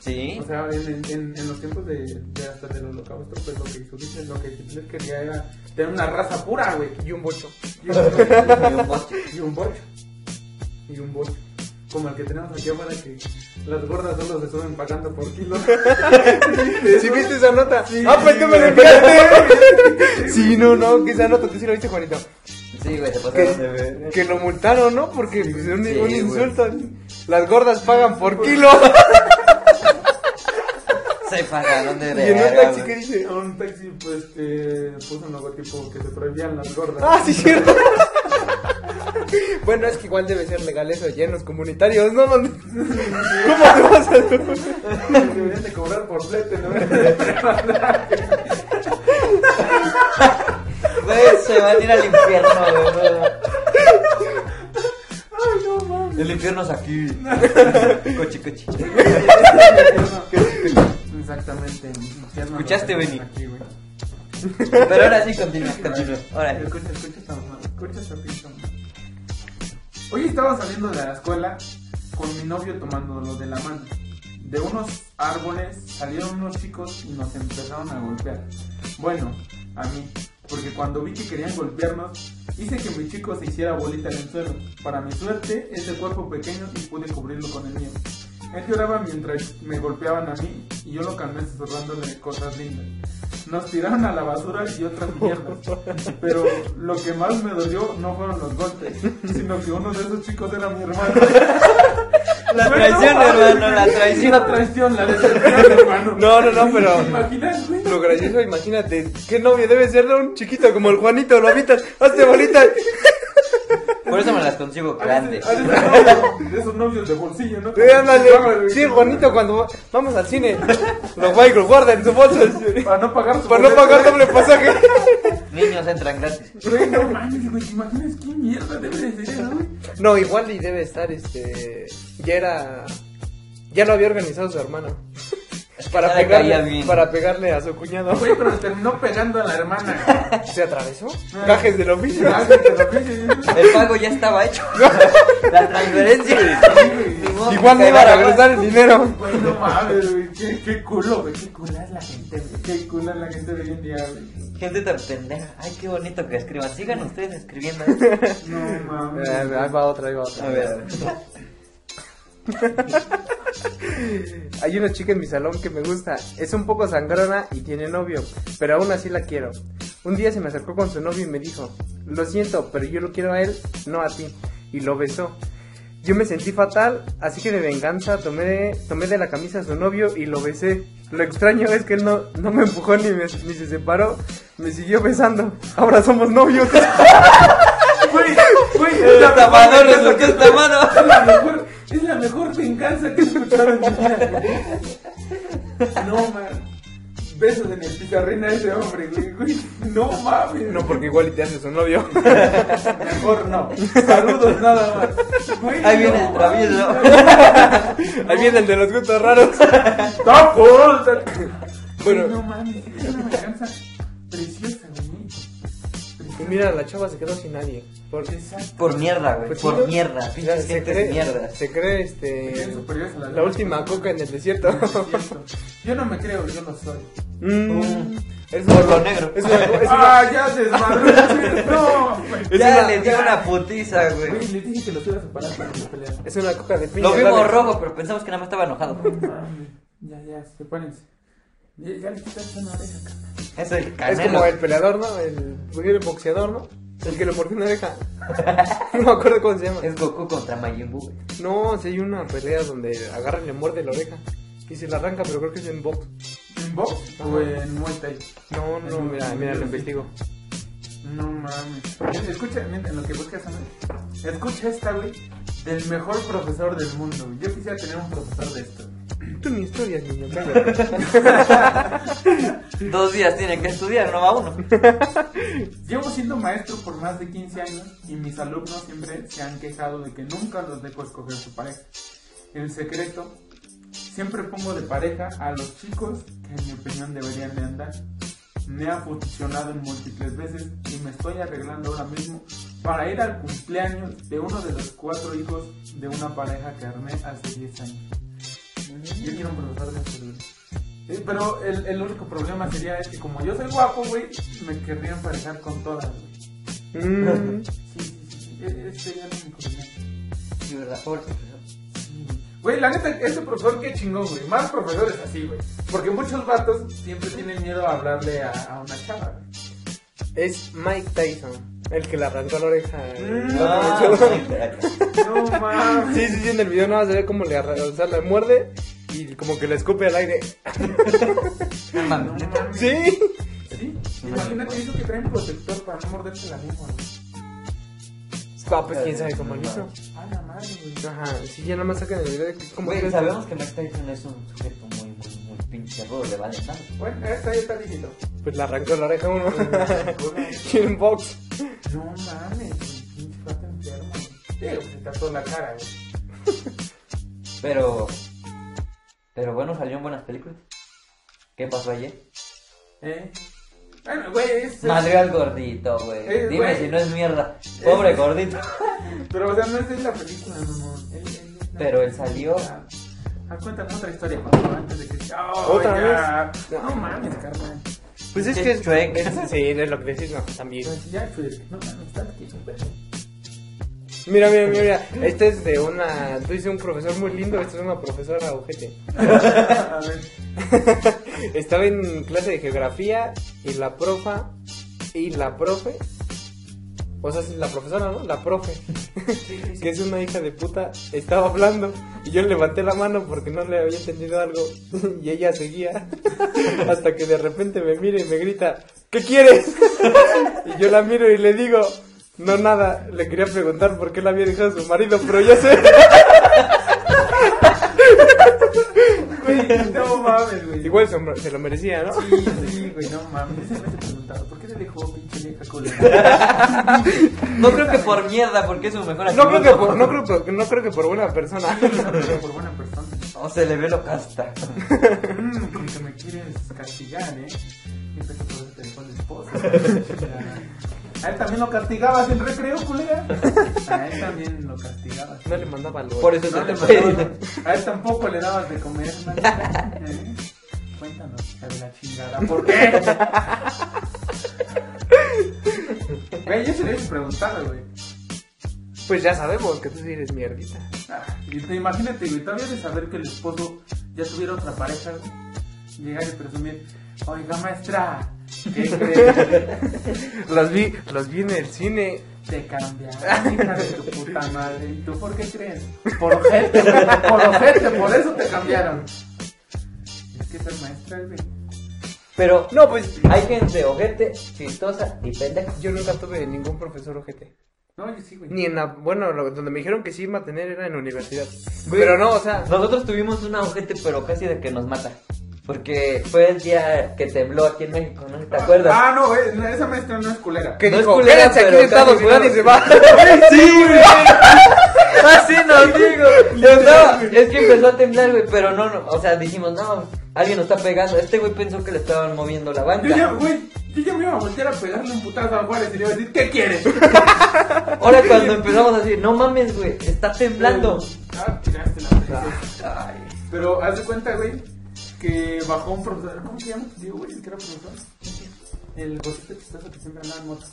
Speaker 3: Sí.
Speaker 1: O sea, en, en- en los tiempos de, de hasta del holocausto, pues lo que hizo Hitler, lo que Hitler quería era tener una raza pura, güey.
Speaker 2: Y un bocho.
Speaker 1: Y un-
Speaker 3: Y un boche.
Speaker 1: Y un bocho. Y un bocho. Como el que tenemos aquí afuera que las gordas solo se suben pagando por kilo.
Speaker 2: ¿Sí viste esa nota?
Speaker 1: Sí.
Speaker 2: ah, pues tú me la enviaste. sí, no, no, que esa nota. ¿Tú sí la viste, Juanito?
Speaker 3: Sí, güey, te pasaron de
Speaker 2: Que,
Speaker 3: ver.
Speaker 2: que lo multaron, ¿no? Porque pues, un,
Speaker 3: sí,
Speaker 2: un
Speaker 3: güey.
Speaker 2: insulto. Las gordas pagan por kilo.
Speaker 3: Se pagaron de
Speaker 2: y en un
Speaker 3: verga,
Speaker 2: taxi que
Speaker 3: güey.
Speaker 2: dice...
Speaker 1: A un taxi pues que puso un logotipo que se prohibían las gordas.
Speaker 2: Ah, sí, cierto. bueno, es que igual debe ser legal eso, llenos comunitarios, ¿no? ¿Dónde- ¿Cómo te vas a...?
Speaker 1: Que deberían de cobrar por flete, ¿no? Pero
Speaker 3: Güey, se van a ir al infierno, güey. güey. El infierno es aquí. Coche, coche.
Speaker 1: no. Exactamente. infierno
Speaker 3: ¿Escuchaste,
Speaker 1: lo que
Speaker 3: Benny?
Speaker 1: tenemos aquí, güey.
Speaker 3: Pero ahora sí, continúa, continúa. Ahora.
Speaker 1: Escucha, escucha esta mamá, escucha esta pinche mamá. Hoy estaba saliendo de la escuela con mi novio tomándolo de la mano. De unos árboles salieron unos chicos y nos empezaron a golpear. Bueno, a mí, porque cuando vi que querían golpearnos, hice que mi chico se hiciera bolita en el suelo. Para mi suerte, es de cuerpo pequeño y pude cubrirlo con el mío. Él lloraba mientras me golpeaban a mí y yo lo calmé susurrándole cosas lindas. Nos tiraron a la basura y otras mierdas. Pero lo que más me dolió no fueron los golpes, sino que uno de esos chicos era mi hermano.
Speaker 3: La
Speaker 1: Bueno,
Speaker 3: traición,
Speaker 1: madre,
Speaker 3: hermano, la
Speaker 1: La
Speaker 3: traición.
Speaker 1: traición, la decepción, hermano.
Speaker 2: No, no, no, pero...
Speaker 1: ¿Te imaginas, güey?
Speaker 2: Lo gracioso, imagínate, ¿qué novio debe ser de un chiquito como el Juanito? Lo avientas, hazte bolita.
Speaker 3: Por eso me las consigo
Speaker 1: A veces-
Speaker 3: grandes.
Speaker 1: a veces novio- De esos novios de bolsillo, ¿no?
Speaker 2: Eh, ándale.
Speaker 1: Vámonos,
Speaker 2: Sí, el Juanito, cuando va- vamos al cine, lo va y lo guarda en su bolsa.
Speaker 1: Para no pagar su
Speaker 2: Para no
Speaker 1: boleto.
Speaker 2: pagar doble pasaje.
Speaker 3: Niños entran gratis.
Speaker 1: Güey, no mames, güey, ¿te imaginas qué mierda debe de ser, güey?
Speaker 2: No, igual y debe estar, este... Ya era... Ya lo había organizado su hermano. Para
Speaker 3: ya le caía
Speaker 2: pegarle,
Speaker 3: bien.
Speaker 2: para pegarle a su cuñado.
Speaker 1: Güey, pero terminó pegando a la hermana.
Speaker 2: ¿Se atravesó? Gajes del oficio.
Speaker 1: Ah, güey, te lo dije, güey.
Speaker 3: El pago ya estaba hecho. La transferencia. Ni modo,
Speaker 2: Igual
Speaker 3: me
Speaker 2: no iba a
Speaker 3: cagaba.
Speaker 2: regresar el dinero.
Speaker 1: Güey, no mames, güey, qué, qué culo, güey, qué culo es la gente, güey, qué culo es la gente de hoy en día, güey.
Speaker 3: Gente tan pendeja. Ay, qué bonito que escriban. Sigan ustedes escribiendo.
Speaker 1: No mames.
Speaker 2: Eh, ahí va otra, ahí va otra.
Speaker 3: A ver, a ver.
Speaker 2: Hay una chica en mi salón que me gusta. Es un poco sangrona y tiene novio, pero aún así la quiero. Un día se me acercó con su novio y me dijo, lo siento, pero yo lo quiero a él, no a ti. Y lo besó. Yo me sentí fatal, así que de venganza tomé de, tomé de la camisa a su novio y lo besé. Lo extraño es que él no, no me empujó ni, me- ni se separó, me siguió besando. Ahora somos novios.
Speaker 1: Güey, güey,
Speaker 3: Los
Speaker 1: es la mejor
Speaker 3: tapadores,
Speaker 1: venganza
Speaker 3: lo que es la mano.
Speaker 1: Es la mejor, es la mejor venganza venganza que escucharon. no, man. Besos en el pizarrín a ese hombre, güey, güey. No mames.
Speaker 2: No, porque igual y te haces un novio.
Speaker 1: Mejor no. Saludos nada más. Güey,
Speaker 3: Ahí viene
Speaker 1: no
Speaker 3: el travieso.
Speaker 2: Ahí viene el de los gustos raros.
Speaker 1: mames.
Speaker 2: pues,
Speaker 1: ¡Tacos!
Speaker 2: Bueno.
Speaker 1: No mames, es una venganza preciosa, güey.
Speaker 2: Y mira, la chava se quedó sin nadie. Por,
Speaker 1: Exacto.
Speaker 3: Por mierda, güey.
Speaker 2: Pues sí,
Speaker 3: por
Speaker 2: ¿no?
Speaker 3: mierda. Pinches
Speaker 2: se
Speaker 3: gente de mierda.
Speaker 2: cree, se cree este,
Speaker 1: Bien superiores a Eh, la
Speaker 2: la última coca en el desierto.
Speaker 1: Cierto. Yo no me creo, yo no soy.
Speaker 2: Mm, es
Speaker 3: Por
Speaker 2: una-
Speaker 3: lo negro.
Speaker 2: Es una, es una-
Speaker 1: ¡Ah, ya desmadró! ¡No! güey.
Speaker 2: Es
Speaker 3: ya
Speaker 2: una-
Speaker 3: le dio una putiza,
Speaker 1: Güey,
Speaker 3: güey.
Speaker 1: le dije que los iba a separar para que pelearan.
Speaker 2: es una coca de piña.
Speaker 3: Lo vimos
Speaker 2: ¿vale?
Speaker 3: rojo, pero pensamos que nada más estaba enojado.
Speaker 1: Ya, ya, sepárense. Ya, ya le quitas una oreja, carnal.
Speaker 3: Es el
Speaker 2: Es
Speaker 3: canelo.
Speaker 2: como el peleador, ¿no? El, el boxeador, ¿no? El que lo mordió una oreja. No me acuerdo cómo se llama.
Speaker 3: Es Goku contra Majin Buu, güey.
Speaker 2: No, si hay una pelea donde agarra y le muerde la oreja. Y se la arranca, pero creo que es en box.
Speaker 1: ¿En box o en Muay Thai?
Speaker 2: No, no, mira, mira, lo investigo.
Speaker 1: No mames. Escucha, mira, en lo que buscas, Ana. Escucha esta, güey. Del mejor profesor del mundo, güey. Yo quisiera tener un profesor de esto.
Speaker 2: Tú ni historias, niño.
Speaker 3: Dos días tienen que estudiar, no va uno.
Speaker 1: Llevo siendo maestro por más de 15 años y mis alumnos siempre se han quejado de que nunca los dejo escoger su pareja. El secreto, siempre pongo de pareja a los chicos que en mi opinión deberían de andar. Me ha funcionado en múltiples veces y me estoy arreglando ahora mismo para ir al cumpleaños de uno de los cuatro hijos de una pareja que armé hace 10 años. Yo quiero un profesor de salud. Eh, Pero el, el único problema sería es que como yo soy guapo, güey, me querría emparejar con todas. güey.
Speaker 2: Mm,
Speaker 1: Sí, sí, sí, sí. E- Ese sería el único problema.
Speaker 3: Sí, verdad, pobre profesor.
Speaker 1: Sí, güey. Güey, la neta, ese profesor qué chingón, güey. Más profesores así, güey. Porque muchos vatos siempre tienen miedo a hablarle a, a una chava, güey.
Speaker 2: es Mike Tyson, el que le arrancó la oreja.
Speaker 1: Mm.
Speaker 3: Ah, sí, verdad.
Speaker 1: No mames.
Speaker 2: Sí, sí, sí, en el video nada más se ve como le arranca, o sea, la muerde y como que le escupe al aire.
Speaker 3: No
Speaker 1: No
Speaker 3: mames, neta.
Speaker 1: mames.
Speaker 2: Sí.
Speaker 1: Sí. Imagínate eso que traen protector para no morderse la lengua, güey.
Speaker 2: Ah, pues quién sabe cómo lo hizo.
Speaker 1: A la madre, güey.
Speaker 2: Ajá, sí, ya nada más sacan el video de que es como
Speaker 3: Güey,
Speaker 2: que-
Speaker 3: sabemos que Mike Tyson es un sujeto muy, muy, muy pinche rudo, le vale nada.
Speaker 1: Bueno, esta ya está lícito.
Speaker 2: Pues le arrancó la oreja a uno. y en box.
Speaker 1: No mames, güey, pinche pato enfermo. güey. Digo, se tatuó la cara, güey.
Speaker 3: Pero. Pero bueno, salieron buenas películas. ¿Qué pasó ayer?
Speaker 1: ¿Eh? Bueno, güey, es.
Speaker 3: Madre al gordito,
Speaker 1: Eh,
Speaker 3: güey. Dime
Speaker 1: güey.
Speaker 3: si no es mierda. Pobre
Speaker 1: Eh.
Speaker 3: gordito.
Speaker 1: Pero, o sea, no es de la película, no, no. Él- él- él-
Speaker 3: Pero él salió.
Speaker 1: Ah, ah, cuéntame otra historia, Juan, antes de que. Oh,
Speaker 2: ¿Otra
Speaker 1: ya.
Speaker 2: vez?
Speaker 1: No mames, carnal.
Speaker 2: Pues es que es Sí, es lo que decís, no, también.
Speaker 1: Pues, Ya, Federico, no mames, tanto que es un perro.
Speaker 2: Mira, mira, mira, mira. Este es de una. Tú dices un profesor muy lindo, esta es una profesora ojete.
Speaker 1: A ver.
Speaker 2: Estaba en clase de geografía y la profa. Y la profe. O sea, sí, la profesora, ¿no? La profe. que es una hija de puta. Estaba hablando. Y yo levanté la mano porque no le había entendido algo. y ella seguía. hasta que de repente me mira y me grita: ¿Qué quieres? y yo la miro y le digo. No, nada, le quería preguntar por qué la había dejado su marido, pero ya sé.
Speaker 1: Güey, no mames, güey.
Speaker 2: Igual se lo- se lo merecía, ¿no?
Speaker 1: Sí, sí, güey, no mames. Yo siempre te preguntaba, ¿por qué te dejó pinche vieja culera?
Speaker 3: No creo que por mierda, porque es su mejor
Speaker 2: No creo, que
Speaker 3: atributo.
Speaker 2: por, no, creo, por- no creo que por buena persona.
Speaker 1: Pero por buena persona.
Speaker 3: O se le ve lo casta.
Speaker 1: Mm, con que me quieres castigar, ¿eh? Siempre que puedes te con esposa. A él también lo castigabas en recreo, culera. A él también lo castigabas.
Speaker 2: No le mandaba algo.
Speaker 3: Por eso
Speaker 1: No
Speaker 3: se
Speaker 1: le
Speaker 3: te fue.
Speaker 1: mandabas- a él tampoco le dabas de comer. maldita, ¿eh? Cuéntanos, hija de la chingada. ¿Por qué? Güey, yo se lo he preguntado, güey.
Speaker 2: Pues ya sabemos que tú sí eres mierdita.
Speaker 1: Ah, Y te imagínate, güey, todavía de saber que el esposo ya tuviera otra pareja, güey. Llegar y presumir, oiga maestra, ¿qué crees?
Speaker 2: Los vi, los vi en el cine.
Speaker 1: Te cambiaron, hija de tu puta madre. ¿Y tú por qué crees? Por ojete, güey, por ojete, por eso te cambiaron. Es que esas maestras, güey.
Speaker 3: Pero
Speaker 2: No, pues
Speaker 3: hay gente ojete, chistosa y pendeja.
Speaker 2: yo nunca tuve ningún profesor ojete.
Speaker 1: No, yo sí, güey.
Speaker 2: Ni en la, bueno, lo- donde me dijeron que sí iba a tener era en universidad. Pero no, o sea,
Speaker 3: Nosotros tuvimos una ojete, pero casi de que nos mata. Porque fue el día que tembló aquí en México, ¿no? ¿Te acuerdas?
Speaker 1: Ah, no, eh, no, esa maestra no es culera.
Speaker 2: que
Speaker 3: no es
Speaker 2: dijo,
Speaker 3: culera,
Speaker 2: quédense aquí
Speaker 3: pero
Speaker 2: sentados,
Speaker 3: casi
Speaker 2: güey, y
Speaker 3: nada.
Speaker 2: se va.
Speaker 3: sí, güey.
Speaker 1: Ah,
Speaker 3: Así nos digo. Yo, no, es que empezó a temblar, güey, pero no, no, o sea, dijimos, no, alguien nos está pegando. Este güey pensó que le estaban moviendo la
Speaker 1: Yo ya,
Speaker 3: banca.
Speaker 1: güey, yo ya me iba a voltear a pegarle un putazo a Juárez y le iba a decir, ¿qué quieres?
Speaker 3: Ahora cuando empezamos a decir, no mames, güey, está temblando.
Speaker 1: Ah, tiraste la presa.
Speaker 2: Ah,
Speaker 3: Ay,
Speaker 1: Pero haz de cuenta, güey, que bajó un profesor. ¿Cómo se llama? Digo, güey, el que era profesor. El bocete chistoso que siempre andaba en moto.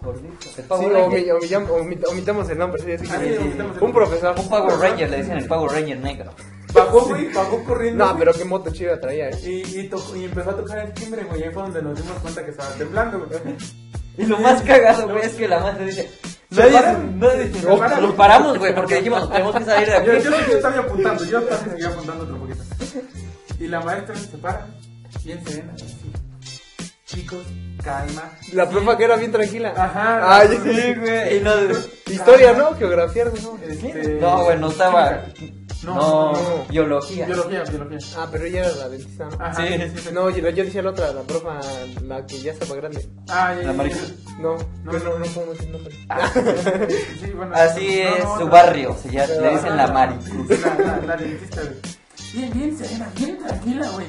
Speaker 3: gordito. El
Speaker 2: Sí,
Speaker 3: Power
Speaker 2: omi-
Speaker 3: Ranger.
Speaker 2: omitamos- omit- omitamos el nombre, sí, así que-
Speaker 1: Ah, sí, omitamos el
Speaker 2: un
Speaker 1: nombre.
Speaker 2: profesor.
Speaker 3: Un Power Ranger, le dicen el Power Ranger negro.
Speaker 1: Bajó, güey, bajó corriendo.
Speaker 2: No,
Speaker 1: güey,
Speaker 2: pero qué moto chida traía, eh.
Speaker 1: Y, y, tocó- y empezó a tocar el timbre, güey. Ahí fue donde nos dimos cuenta que estaba temblando, güey.
Speaker 3: Y lo más cagado, güey, es que la madre dice.
Speaker 1: Se
Speaker 3: Nadie,
Speaker 1: paran,
Speaker 3: nadie,
Speaker 1: se
Speaker 3: nos
Speaker 1: paran.
Speaker 3: nos paramos, güey, porque dijimos, tenemos que salir de
Speaker 1: Yo,
Speaker 3: aquí.
Speaker 1: yo, yo estaba apuntando, yo también seguía apuntando otro poquito. Y la maestra se para, bien serena, así. Chicos, calma.
Speaker 2: La profa que era bien tranquila.
Speaker 1: Ajá.
Speaker 2: Ay,
Speaker 3: Sí, güey, y nos-
Speaker 2: Historia, ¿no? Geografía, ¿no?
Speaker 1: Este,
Speaker 3: No, güey, no estaba.
Speaker 1: No,
Speaker 3: No,
Speaker 1: no.
Speaker 3: biología.
Speaker 1: Biología, biología.
Speaker 2: Ah, pero ella era la dentista, ¿no?
Speaker 1: Ajá.
Speaker 3: Sí.
Speaker 2: No, yo, yo decía la otra, la profa, la que ya estaba grande.
Speaker 1: Ah, ya, ya,
Speaker 3: La Marisa.
Speaker 1: ya.
Speaker 2: No,
Speaker 1: No,
Speaker 2: no, no,
Speaker 1: no.
Speaker 2: no podemos decir nombre.
Speaker 1: Sí, bueno,
Speaker 3: Así
Speaker 1: no, no,
Speaker 3: es
Speaker 1: no, Ah.
Speaker 3: su
Speaker 1: no.
Speaker 3: barrio, se llama-
Speaker 2: Pero-
Speaker 3: le dicen la Mari.
Speaker 1: La, la, la dentista, güey. Bien, bien serena, bien tranquila, güey.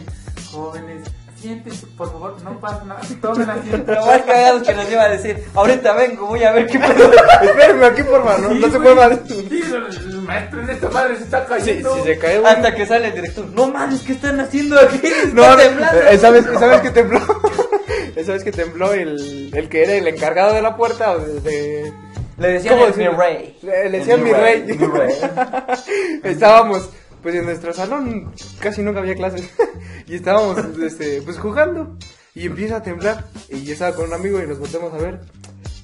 Speaker 1: Jóvenes, siéntense, por favor, no pasa nada. Tomen asiento.
Speaker 3: Lo más cagado es que nos iba a decir, ahorita vengo, voy a ver qué pedo.
Speaker 2: Espérenme aquí, por favor, no,
Speaker 1: Sí,
Speaker 2: no se
Speaker 1: güey.
Speaker 2: muevan.
Speaker 1: Sí, el el maestro en esta madre se está
Speaker 2: Si,
Speaker 1: cayendo.
Speaker 2: si se cae un...
Speaker 3: Hasta que sale el director, no mames, ¿qué están haciendo aquí? Está
Speaker 2: no,
Speaker 3: temblando.
Speaker 2: eh, ¿sabes, ¿Sabes que tembló? ¿Sabes que tembló el, el que era el encargado de la puerta? o de- de-
Speaker 3: Le decían
Speaker 2: ¿Cómo
Speaker 3: el mi
Speaker 2: decirlo?
Speaker 3: rey.
Speaker 2: Le, le
Speaker 3: El
Speaker 2: decían mi rey.
Speaker 3: Mi rey.
Speaker 2: estábamos, pues en nuestro salón casi nunca había clases. y estábamos, este, pues jugando. Y empieza a temblar. Y yo estaba con un amigo y nos volteamos a ver.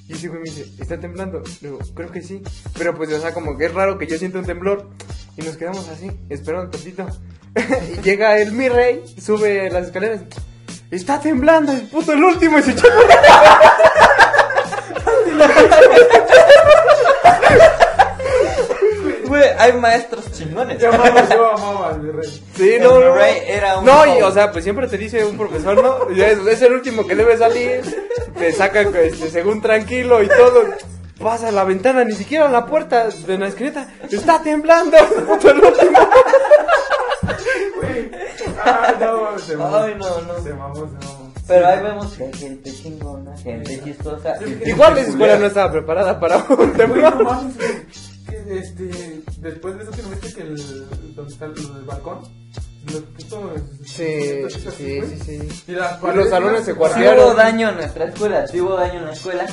Speaker 2: Y ese güey me dice, ¿está temblando? Le digo, creo que sí. Pero pues, o sea, como que es raro que yo sienta un temblor. Y nos quedamos así, esperando un poquito. y llega el mi rey, sube las escaleras. Está temblando, el puto el último y se echa
Speaker 3: Güey, hay maestros chingones.
Speaker 1: Yo amaba, yo amaba, mi rey.
Speaker 2: Sí,
Speaker 3: El
Speaker 2: no, no.
Speaker 3: Murray era un
Speaker 2: No, y,
Speaker 3: Hulk.
Speaker 2: o sea, pues siempre te dice un profesor, ¿no? Y Es, es el último que debe salir. Te sacan este, según tranquilo y todo. Vas a la ventana, ni siquiera a la puerta de la escaleta. Está temblando. Puto, el último.
Speaker 1: Güey. Ah, no, se mamó.
Speaker 3: Ay, no, no.
Speaker 1: Se mamó, se mamó.
Speaker 3: Pero ahí vemos que hay gente chingona, gente chistosa. y
Speaker 2: Igual esa
Speaker 3: gente
Speaker 2: escuela
Speaker 3: culera.
Speaker 2: no estaba preparada para un
Speaker 1: Güey, no
Speaker 2: temblor.
Speaker 1: mames, güey. Que, este, después de eso que no viste que el, donde está el, el balcón, los putos-
Speaker 2: Sí,
Speaker 1: los putos-
Speaker 2: sí, sí, sí.
Speaker 1: Y las
Speaker 2: Y
Speaker 1: paredes-
Speaker 2: los salones se
Speaker 3: Sí
Speaker 2: cuartearon.
Speaker 3: hubo daño en nuestra escuela, sí hubo daño en la escuela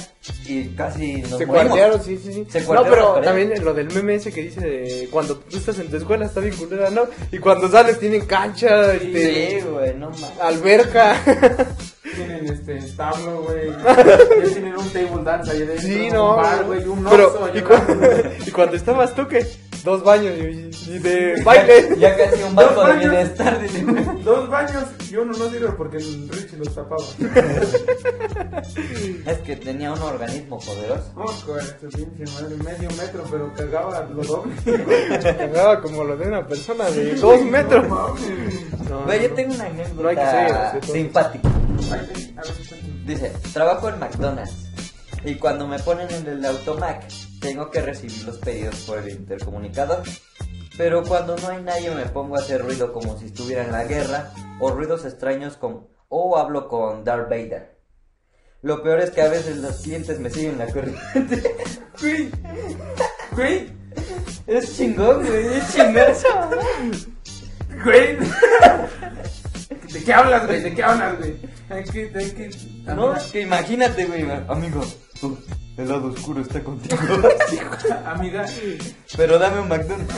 Speaker 3: y casi nos
Speaker 2: Se
Speaker 3: morimos.
Speaker 2: cuartearon, sí, sí, sí.
Speaker 3: Se
Speaker 2: no,
Speaker 3: cuartearon las
Speaker 2: pero
Speaker 3: paredes.
Speaker 2: también lo del meme ese que dice de cuando tú estás en tu escuela está bien culera, ¿no? Y cuando sales tienen cancha, este,
Speaker 3: Sí, güey, no mames.
Speaker 2: alberca.
Speaker 1: Tienen este establo, güey. Ya tienen un table dance ahí dentro.
Speaker 2: Sí, no.
Speaker 1: Un bar, güey, un
Speaker 2: Pero,
Speaker 1: oxxo,
Speaker 2: y,
Speaker 1: yo
Speaker 2: cua-
Speaker 1: no-
Speaker 2: y cuando estabas tú, que Dos baños y, y de baile.
Speaker 3: Ya casi un banco de
Speaker 1: Dos baños.
Speaker 3: bienestar. dice.
Speaker 1: Dos baños y uno no sirve porque el Richie los tapaba.
Speaker 3: Es que tenía un organismo poderoso.
Speaker 1: No, con este pinche madre, medio metro, pero cagaba lo doble.
Speaker 2: Cagaba como lo de una persona de dos metros.
Speaker 1: No mames.
Speaker 2: No,
Speaker 3: Güey, yo
Speaker 2: no.
Speaker 3: tengo una
Speaker 2: No hay que ser
Speaker 3: anécdota
Speaker 2: grosero.
Speaker 3: simpática.
Speaker 1: Ay, güey, a ver, cuéntame.
Speaker 3: Dice, trabajo en McDonald's y cuando me ponen en el automac tengo que recibir los pedidos por el intercomunicador. Pero cuando no hay nadie me pongo a hacer ruido como si estuviera en la guerra o ruidos extraños con o hablo con Darth Vader. Lo peor es que a veces los clientes me siguen la corriente.
Speaker 1: Güey, güey,
Speaker 3: Es chingón, güey, es chingazo.
Speaker 1: güey. ¿De qué hablas, güey? ¿De qué hablas, güey? Hay que, hay que.
Speaker 3: No, es que imagínate, güey, amigo, tú, el lado oscuro está contigo.
Speaker 1: Amiga,
Speaker 3: Pero dame un McDonald's.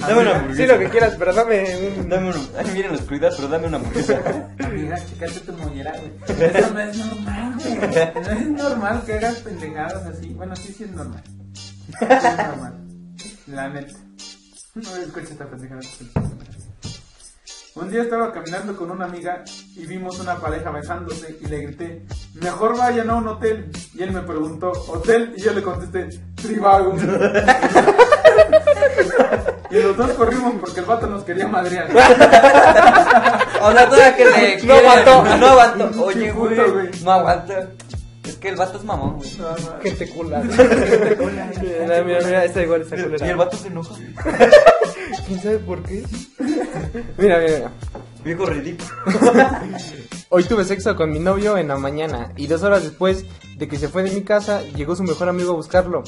Speaker 3: dame una hamburguesa.
Speaker 2: Sí, lo que quieras, pero dame un-
Speaker 3: Dame un... Ay, miren la oscuridad, pero dame una hamburguesa.
Speaker 1: amiga, checate tu mollera, güey. Eso no es normal, güey. No es normal que hagas pendejadas así. Bueno, sí, sí es normal. Sí es normal. La neta. No escuches esta pendejada. Un día estaba caminando con una amiga y vimos una pareja besándose y le grité, mejor vayan a un hotel. Y él me preguntó, ¿hotel? Y yo le contesté, Tribago. y los dos corrimos porque el vato nos quería madrear.
Speaker 3: O sea, toda que le.
Speaker 2: No
Speaker 3: quiere-
Speaker 2: aguantó.
Speaker 3: No aguantó.
Speaker 1: Pinche
Speaker 3: Oye,
Speaker 1: puto,
Speaker 3: güey.
Speaker 1: güey.
Speaker 3: No aguantó. Es que el vato es mamón, güey.
Speaker 1: No, no.
Speaker 2: Que te culas. mira, mira, mira, está igual, está
Speaker 3: Y
Speaker 2: culera.
Speaker 3: el vato se enoja.
Speaker 2: ¿Quién sabe por qué? Mira, mira, mira.
Speaker 3: Viejo ridículo.
Speaker 2: Hoy tuve sexo con mi novio en la mañana y dos horas después de que se fue de mi casa llegó su mejor amigo a buscarlo.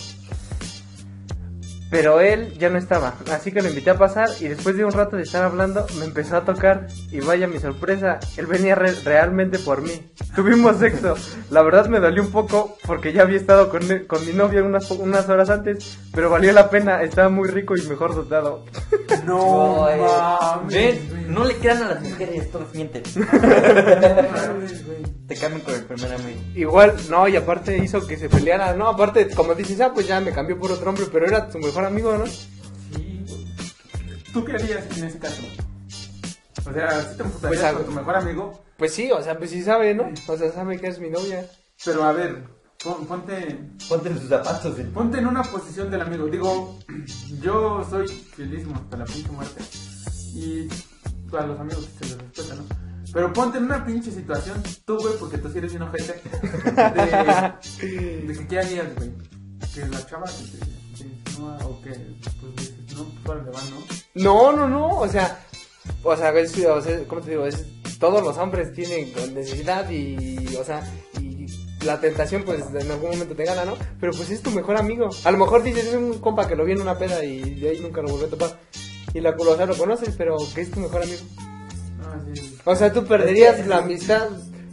Speaker 2: Pero él ya no estaba, así que lo invité a pasar y después de un rato de estar hablando me empezó a tocar y vaya mi sorpresa, él venía re- realmente por mí. Tuvimos sexo, la verdad me dolió un poco porque ya había estado con, e, con mi novia unas, po- unas horas antes, pero valió la pena, estaba muy rico y mejor dotado.
Speaker 1: No,
Speaker 3: Ay,
Speaker 1: mames.
Speaker 3: Ven,
Speaker 1: güey.
Speaker 3: no le crean a las mujeres, todos mienten.
Speaker 1: No mames, güey.
Speaker 3: Te cambian con el primer amigo.
Speaker 2: Igual, no, y aparte hizo que se peleara, no, aparte, como dices, ah, pues ya me cambió por otro hombre, pero era tu mejor amigo, ¿no?
Speaker 1: Sí, güey. ¿Tú qué harías en ese caso? O sea, si te
Speaker 2: Pues,
Speaker 1: emputarías
Speaker 2: a-
Speaker 1: con tu mejor amigo,
Speaker 2: Pues sí, o sea, pues sí sabe, ¿no? O sea, sabe que es mi novia.
Speaker 1: pero a ver, pon- ponte
Speaker 3: Ponte en sus zapatos, güey.
Speaker 1: Ponte en una posición del amigo. Digo, yo soy feliz como hasta la pinche muerte. Y a los amigos que se les respeta, ¿no? Pero ponte en una pinche situación, tú, güey, porque tú sí eres un ojete. De, de que qué harías, güey. Que la chava te, te insinúa o que, pues, dices, no, pues, ahora le va, ¿no?
Speaker 2: No, no, no, o sea, o sea, es- o sea, ¿cómo te digo? Es, todos los hombres tienen necesidad y, o sea, y la tentación, pues en algún momento te gana, ¿no? Pero pues es tu mejor amigo. A lo mejor dices, es un compa que lo vi en una peda y de ahí nunca lo volví a topar. Y la, o sea, lo conoces, pero que es tu mejor amigo.
Speaker 1: No, Ah, sí.
Speaker 2: O sea, tú perderías la amistad,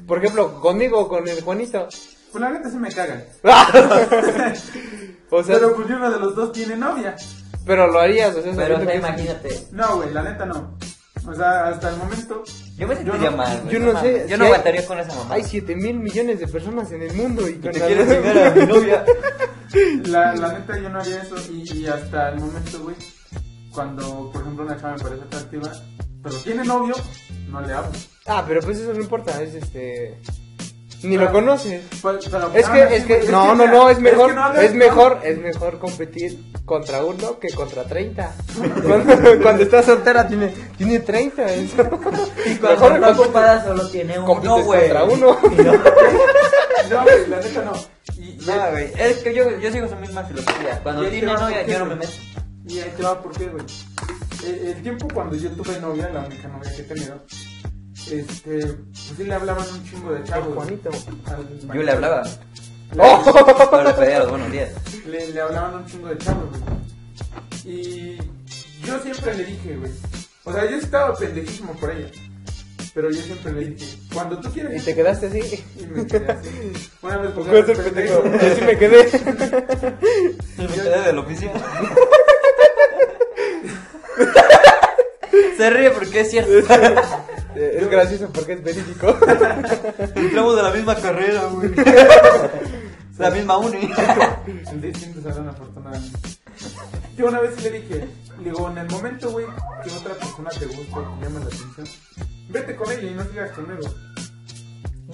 Speaker 2: por ejemplo, conmigo o con el Juanito.
Speaker 1: Pues la neta se me cagan.
Speaker 2: o sea,
Speaker 1: Pero
Speaker 2: pero,
Speaker 1: pues ni uno de los dos tiene novia.
Speaker 2: lo harías, o sea,
Speaker 3: Pero, o
Speaker 2: sabiendo
Speaker 3: sea,
Speaker 2: que-
Speaker 3: imagínate.
Speaker 1: No, güey, la neta no. O sea, hasta el momento.
Speaker 3: Yo me
Speaker 1: Yo
Speaker 3: sentiría
Speaker 1: no-
Speaker 3: mal, güey.
Speaker 2: yo no sé,
Speaker 3: mames. Yo
Speaker 2: si
Speaker 3: no
Speaker 2: hay-
Speaker 3: aguantaría con esa mamá.
Speaker 2: hay 7 mil millones de personas en el mundo y,
Speaker 3: te
Speaker 2: con la-
Speaker 3: quieres chingar a mi novia.
Speaker 1: La, la neta, yo no haría eso. Y, y hasta el momento, güey, cuando, por ejemplo, una chava me parece atractiva, pero tiene novio, no le hablo.
Speaker 2: Ah, pero pues eso no importa, es este... Ni
Speaker 1: Claro.
Speaker 2: lo conoces.
Speaker 1: Pues, pero-
Speaker 2: Es
Speaker 1: ahora
Speaker 2: que, es
Speaker 1: sí,
Speaker 2: que,
Speaker 1: güey,
Speaker 2: no, no,
Speaker 1: mira,
Speaker 2: no, es
Speaker 1: que
Speaker 2: mejor,
Speaker 1: no hagas-
Speaker 2: es mejor, es mejor competir contra uno que contra 30. cuando, cuando estás soltera tiene, tiene 30, eso.
Speaker 3: Y
Speaker 2: Mejor
Speaker 3: cuando está
Speaker 2: compites-
Speaker 3: ocupada solo tiene uno,
Speaker 2: compites
Speaker 3: güey.
Speaker 2: contra uno.
Speaker 3: Y no-
Speaker 1: No, güey, la neta no. Y, y,
Speaker 3: Nada, güey. Es que yo, yo sigo su misma filosofía.
Speaker 1: y
Speaker 3: Cuando
Speaker 1: ahí te
Speaker 3: tiene
Speaker 1: va,
Speaker 3: novia,
Speaker 1: ¿por qué,
Speaker 3: yo no me
Speaker 1: güey?
Speaker 3: meto.
Speaker 1: Y ahí te va, ¿por qué, güey? E, El, el tiempo cuando yo tuve novia, la única novia que he tenido, este, pues sí le hablaban un chingo de
Speaker 2: Al
Speaker 1: chavos.
Speaker 2: Juanito.
Speaker 1: pues, Al-
Speaker 3: Yo le hablaba.
Speaker 1: Le-
Speaker 2: ¡Oh!
Speaker 3: Pero le pedía los buenos días.
Speaker 1: le, le hablaban un chingo de chavos, güey. Y yo siempre le dije, güey. O sea, yo estaba pendejísimo por ella. Pero yo siempre le dije, cuando tú quieres.
Speaker 2: Y te quedaste así.
Speaker 1: Y me quedé así. Una vez
Speaker 2: Yo sí me quedé.
Speaker 3: Me quedé de la oficina. Se ríe porque es cierto.
Speaker 2: Eh, Es gracioso porque es verídico.
Speaker 3: Entramos de la misma carrera, güey. La misma uni.
Speaker 1: El día siguiente salieron afortunadamente. Yo una vez le dije, le digo, en el momento, güey, que otra persona te guste, que llame la atención, vete con ella y no sigas conmigo.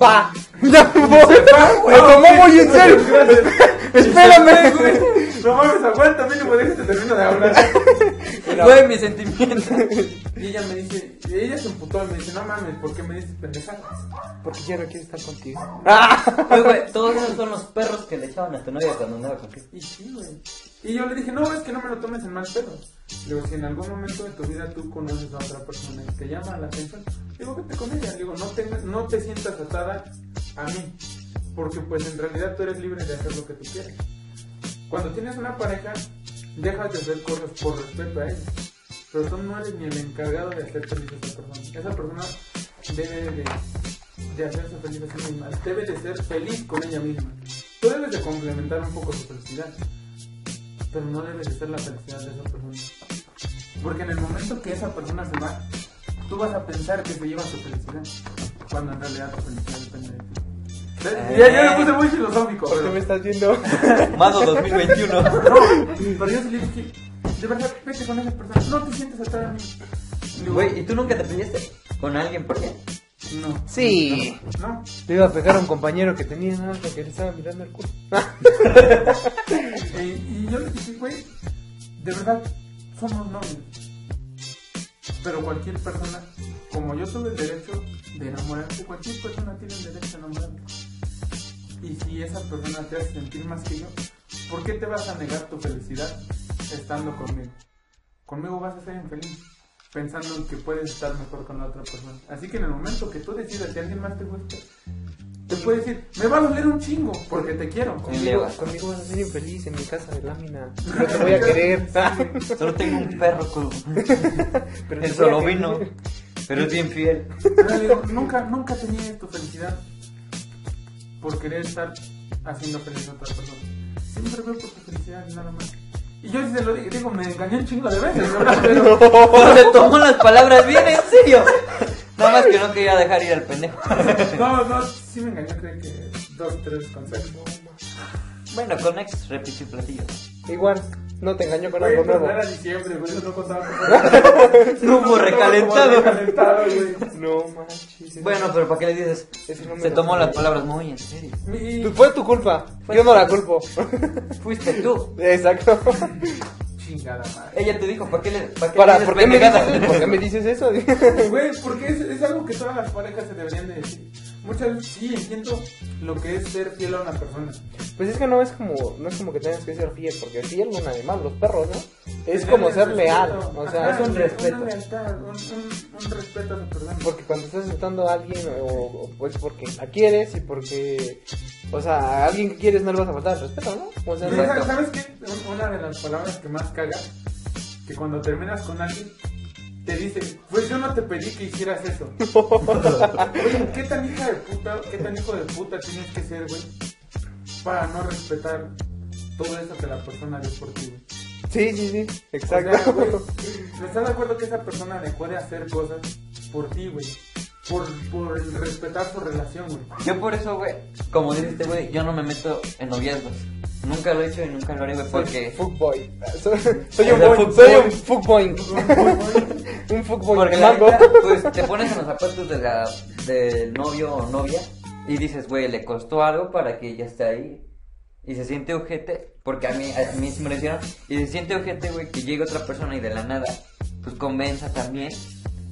Speaker 2: ¡Va! ¡Ya me voy! ¡Me
Speaker 1: Ah,
Speaker 2: tomó muy en serio! ¡Espérame!
Speaker 1: No mames, aguanta, mínimo, déjate termino de hablar.
Speaker 3: Güey, mis sentimientos.
Speaker 1: Y ella me dice, y ella se emputó y me dice, no mames, ¿por qué me dices pendejadas?
Speaker 2: Porque ya no quiero estar contigo.
Speaker 3: Güey, güey, todos esos son los perros que le echaban a tu novia cuando andaba contigo.
Speaker 1: Y sí, güey. Y yo le dije, no, es que no me lo tomes en mal pedo. Le digo, si en algún momento de tu vida tú conoces a otra persona y te llama la atención, digo, vete con ella. Le digo, no te, no te sientas atada a mí. Porque pues en realidad tú eres libre de hacer lo que tú quieras. Cuando tienes una pareja, dejas de hacer cosas por respeto a ella. Pero tú no eres ni el encargado de hacer feliz a esa persona. Esa persona debe de, de hacerse feliz a sí misma. Debe de ser feliz con ella misma. Tú debes de complementar un poco su felicidad. Pero no debes de ser la felicidad de esa persona. Porque en el momento que esa persona se va, tú vas a pensar que se lleva su felicidad. Cuando en realidad tu felicidad depende de ti. ¿Ves? Ya, ya me puse muy filosófico.
Speaker 2: ¿Por qué
Speaker 1: pero-
Speaker 2: me estás viendo?
Speaker 3: Mado 2021.
Speaker 1: pero yo sí le dije, de verdad, vete con esa persona, no te sientes atada a mí.
Speaker 3: Güey, ¿y tú nunca te peleaste con alguien por qué?
Speaker 1: No.
Speaker 2: Sí.
Speaker 1: No. no.
Speaker 2: Le iba a pegar a un compañero que tenía nada más que le estaba mirando el culo.
Speaker 1: Eh, y yo le dije, güey, de verdad, somos novios. Pero cualquier persona, como yo tuve el derecho de enamorarme, cualquier persona tiene el derecho a enamorarme. Y si esa persona te hace sentir más que yo, ¿por qué te vas a negar tu felicidad estando conmigo? Conmigo vas a ser infeliz, pensando en que puedes estar mejor con la otra persona. Así que en el momento que tú decidas si alguien más te gusta, te puede decir, me va a doler un chingo, porque te quiero.
Speaker 2: Conmigo, conmigo vas a ser infeliz en mi casa de lámina. No te voy a querer.
Speaker 3: Solo tengo un perro con.
Speaker 2: Pero
Speaker 3: El
Speaker 2: te voy a
Speaker 3: solo
Speaker 2: querer.
Speaker 3: vino. Pero es bien fiel.
Speaker 1: Pero le digo, nunca, nunca tenía tu felicidad por querer estar haciendo feliz a otra persona. Siempre veo por tu felicidad y nada más. Y yo si se lo digo, digo, me engañé un chingo de veces, ¿verdad? Pero,
Speaker 3: Pero se Oh, tomó las palabras bien en serio. Nada más que no quería dejar ir al pendejo.
Speaker 1: no, no, sí me engañé, creo que dos, tres consejos.
Speaker 3: Bueno, con ex repitió platillo.
Speaker 2: Igual, no te engañó con
Speaker 1: Güey,
Speaker 2: algo
Speaker 1: pues,
Speaker 2: nuevo.
Speaker 1: era diciembre, güey, eso no contaba con nada.
Speaker 3: No hubo recalentado.
Speaker 1: recalentado, güey.
Speaker 2: No manches.
Speaker 3: Bueno, pero ¿para qué le dices?
Speaker 2: Ese no me
Speaker 3: Se
Speaker 2: lo
Speaker 3: tomó
Speaker 2: sabía.
Speaker 3: las palabras muy en serio.
Speaker 1: Mi-
Speaker 2: Pues fue tu culpa.
Speaker 3: Fue
Speaker 2: Yo
Speaker 3: tu
Speaker 2: no la
Speaker 3: culpa.
Speaker 2: culpo.
Speaker 3: Fuiste tú.
Speaker 2: Exacto.
Speaker 1: Chingada madre.
Speaker 3: Ella te dijo, ¿para qué le, para qué le
Speaker 2: Para,
Speaker 3: dices
Speaker 2: ¿por, qué me
Speaker 3: pendejadas?
Speaker 2: dices, ¿Por qué me dices eso?
Speaker 1: Güey, porque es, es algo que todas las parejas se deberían de decir. Muchas veces sí entiendo lo que es ser fiel a una persona.
Speaker 2: Pues es que no es como no es como que tengas que ser fiel, porque fiel no es un animal, los perros, ¿no? Es
Speaker 1: Tenerle
Speaker 2: como ser
Speaker 1: respeto.
Speaker 2: leal, o sea,
Speaker 1: Ajá,
Speaker 2: es
Speaker 1: pues,
Speaker 2: un
Speaker 1: una
Speaker 2: respeto.
Speaker 1: lealtad, un, un- un respeto a tu persona.
Speaker 2: Porque cuando estás aceptando a alguien, o, o pues porque la quieres y porque, o sea, a alguien que quieres no le vas a faltar el respeto, ¿no? O sea,
Speaker 1: Y
Speaker 2: no-
Speaker 1: esa- ¿Sabes qué? Un- Una de las palabras que más caga, que cuando terminas con alguien, te dice, pues yo no te pedí que hicieras eso. Oye, ¿qué tan hija de puta, qué tan hijo de puta tienes que ser, güey? Para no respetar todo eso que la persona dio por ti, güey.
Speaker 2: sí, sí, sí,
Speaker 1: O sea,
Speaker 2: exacto.
Speaker 1: güey, ¿Estás de acuerdo que esa persona dejó de hacer cosas por ti, güey? Por, por respetar su relación, güey.
Speaker 3: Yo por eso, güey, como dice este güey, yo no me meto en noviazgos. Nunca lo he hecho y nunca lo haré, güey, porque...
Speaker 2: Fuckboy. Soy, soy un
Speaker 3: Era
Speaker 2: boy,
Speaker 3: fuckboy.
Speaker 2: soy un fuckboy. un fuckboy
Speaker 3: Porque la
Speaker 2: mango.
Speaker 3: neta, pues te pones en los zapatos de la, del novio o novia y dices, güey, le costó algo para que ella esté ahí. Y se siente ojete, porque a mí, a mí sí me lo hicieron. Y se siente ojete, güey, que llegue otra persona y de la nada, pues convenza también.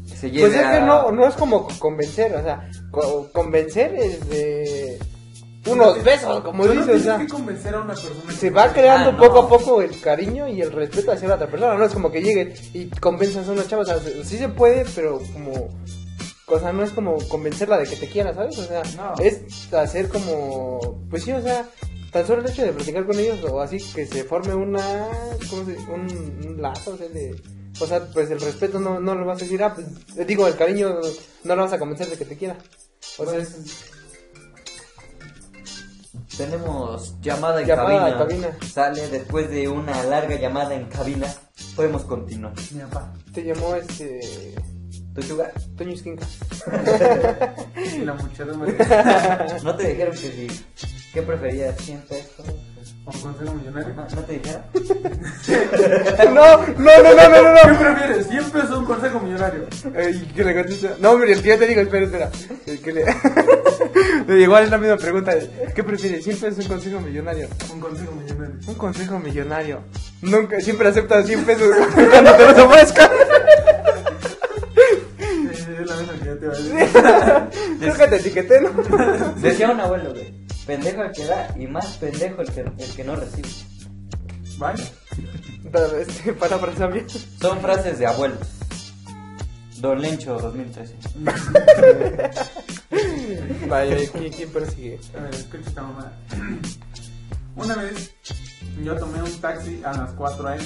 Speaker 3: Que se lleve
Speaker 2: Pues es
Speaker 3: a...
Speaker 2: que no, no es como convencer, o sea, co- convencer es de unos besos, como
Speaker 1: Tú no
Speaker 2: dices, o
Speaker 1: tienes
Speaker 2: sea.
Speaker 1: que convencer a una persona.
Speaker 2: Se va creando
Speaker 3: Ah, no.
Speaker 2: poco a poco el cariño y el respeto hacia la otra persona, no es como que llegue y convenzas a una chava, o sea, sí se puede, pero como o sea, no es como convencerla de que te quiera, ¿sabes? O sea,
Speaker 1: No.
Speaker 2: es hacer como pues sí, o sea, tan solo el hecho de platicar con ellos o así que se forme una ¿cómo se dice? un, un lazo, o sea, de o sea, pues el respeto no, no lo vas a decir, ah, pues, digo, el cariño no lo vas a convencer de que te quiera. O sea, es
Speaker 3: Pues, Tenemos llamada en
Speaker 2: Llamada en
Speaker 3: cabina.
Speaker 2: cabina.
Speaker 3: Sale después de una larga llamada en cabina. Podemos continuar.
Speaker 1: Mi papá.
Speaker 2: te llamó este
Speaker 3: ¿Tú, Sugar?
Speaker 2: Toño Esquinca.
Speaker 1: Y la muchacha me
Speaker 3: ¿No te dijeron que sí? ¿Qué preferías? ¿100 pesos?
Speaker 1: con consejo millonario.
Speaker 3: ¿No, no te dijeron?
Speaker 2: No, no, no, no, no, no,
Speaker 1: ¿Qué
Speaker 2: no.
Speaker 1: prefieres? Siempre es un consejo millonario.
Speaker 2: Ey, ¿qué le contesta? No, hombre, el que yo te digo, espera, espera. El que le- Igual es la misma pregunta. ¿Qué prefieres? ¿Siempre es un consejo millonario?
Speaker 1: Un consejo millonario.
Speaker 2: Un consejo millonario. Nunca, siempre aceptas 100 pesos cuando te los ofrezcan.
Speaker 1: Sí, es la misma que yo te iba a decir.
Speaker 2: Creo que te etiqueté, ¿no?
Speaker 3: Decía un abuelo, güey. Pendejo el que da y más pendejo el que, el que no recibe.
Speaker 1: Vale.
Speaker 2: Pero, Este, parafraseamiento.
Speaker 3: Son frases de abuelos. Don Lencho 2013.
Speaker 2: Vaya, ¿quién, quién persigue?
Speaker 1: A ver, escucha esta mamada. Una vez yo tomé un taxi a las 4 a.m.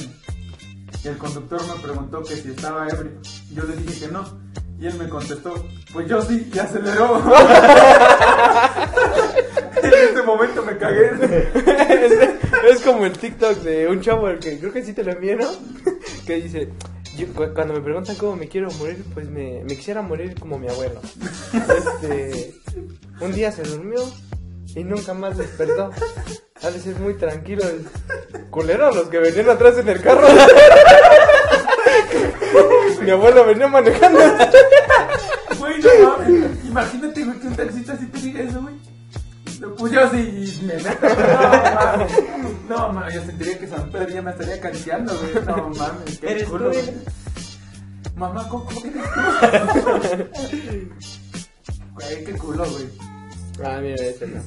Speaker 1: Y el conductor me preguntó que si estaba ebrio. Yo le dije que no. Y él me contestó, pues yo sí, y aceleró. en ese momento me cagué.
Speaker 2: es, es como el TikTok de un chavo el que creo que sí te lo envié, ¿no? Que dice, yo, cu- cuando me preguntan cómo me quiero morir, pues me, me quisiera morir como mi abuelo. Este, un día se durmió y nunca más despertó. Ha de ser muy tranquilo. el- Culero, los que venían atrás en el carro. mi abuelo venía manejando.
Speaker 1: Güey, no mames. Y Imagínate, güey, que un taxista así te diga eso, güey. No, Pues yo sí le meto. No, mames. No, mames, yo sentiría que San Pedro ya me estaría acariciando, güey. No, mames. qué
Speaker 3: Eres tú,
Speaker 1: culo,
Speaker 3: eres-
Speaker 1: güey. Mamá, ¿cómo cómo que eres tú? Güey, qué culo, güey.
Speaker 2: Ah, mira, este no.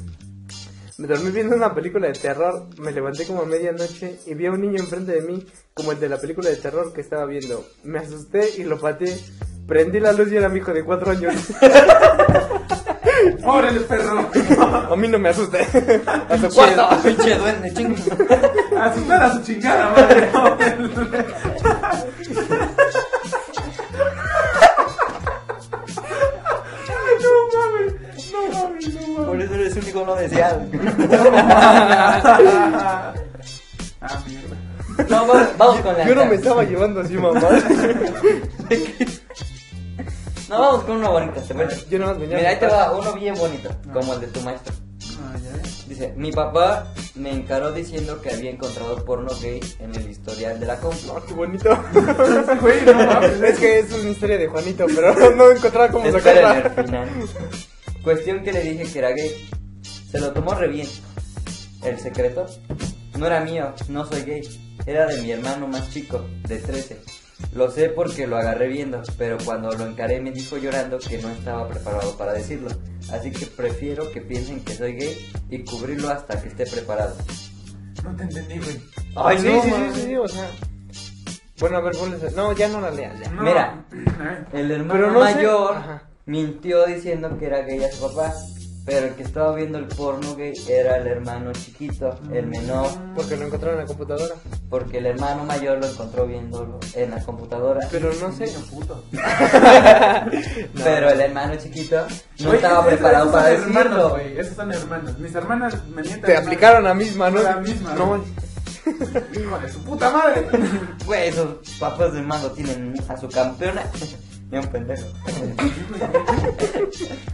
Speaker 2: Me dormí viendo una película de terror, me levanté como a medianoche y vi a un niño enfrente de mí, como el de la película de terror que estaba viendo. Me asusté y lo pateé. Prendí la luz y era mi hijo de cuatro años.
Speaker 1: ¡Órale, perro!
Speaker 2: a mí no me asusté. A su
Speaker 3: Pinche-
Speaker 2: cuarto.
Speaker 3: Pinche duende, chingo.
Speaker 1: Asustar a su chingada, madre.
Speaker 3: Por eso eres único no deseado.
Speaker 1: ah, mierda.
Speaker 3: No, vamos, vamos con la.
Speaker 2: Yo no me estaba llevando así, mamá.
Speaker 3: No, vamos con una bonita, ¿te parece?
Speaker 2: Yo nomás venía.
Speaker 3: Mira, ahí te va uno bien bonito, como el de tu maestro.
Speaker 1: Ah, ya ves.
Speaker 3: Dice, mi papá me encaró diciendo que había encontrado porno gay en el historial de la compu.
Speaker 2: Ah, qué bonito.
Speaker 1: Güey, no mames.
Speaker 2: es que es una historia de Juanito, pero no encontraba cómo
Speaker 3: Esperen el
Speaker 2: sacarla.
Speaker 3: final. Cuestión que le dije que era gay. Se lo tomó re bien. El secreto no era mío, no soy gay. Era de mi hermano más chico, de 13. Lo sé porque lo agarré viendo, pero cuando lo encaré me dijo llorando que no estaba preparado para decirlo. Así que prefiero que piensen que soy gay y cubrirlo hasta que esté preparado.
Speaker 1: No te entendí, güey.
Speaker 2: Ay, sí,
Speaker 3: no,
Speaker 2: sí,
Speaker 3: man.
Speaker 2: sí, sí, sí, o sea. Bueno, a ver, ponle esa- No, ya no la leas. ya.
Speaker 1: No,
Speaker 3: Mira.
Speaker 1: eh,
Speaker 3: El
Speaker 2: Pero
Speaker 3: hermano
Speaker 2: no sé-
Speaker 3: mayor
Speaker 2: Ajá.
Speaker 3: mintió diciendo que era gay a su papá, pero el que estaba viendo el porno gay era el hermano chiquito, el menor,
Speaker 2: Porque lo encontraron en la computadora.
Speaker 3: porque el hermano mayor lo encontró viéndolo en la computadora.
Speaker 2: Pero no sé.
Speaker 1: niño puto.
Speaker 3: Pero el hermano chiquito no
Speaker 1: Güey,
Speaker 3: estaba
Speaker 1: esos-
Speaker 3: preparado
Speaker 1: esos
Speaker 3: para
Speaker 1: son hermanos,
Speaker 3: decirlo.
Speaker 1: güey. Esos son hermanos. Mis hermanas me mienten.
Speaker 2: Te aplicaron la misma, ¿no?
Speaker 1: La misma,
Speaker 2: No.
Speaker 1: güey. Hijo de su puta madre.
Speaker 3: Güey, esos papás de mando tienen a su campeona. Y un pendejo.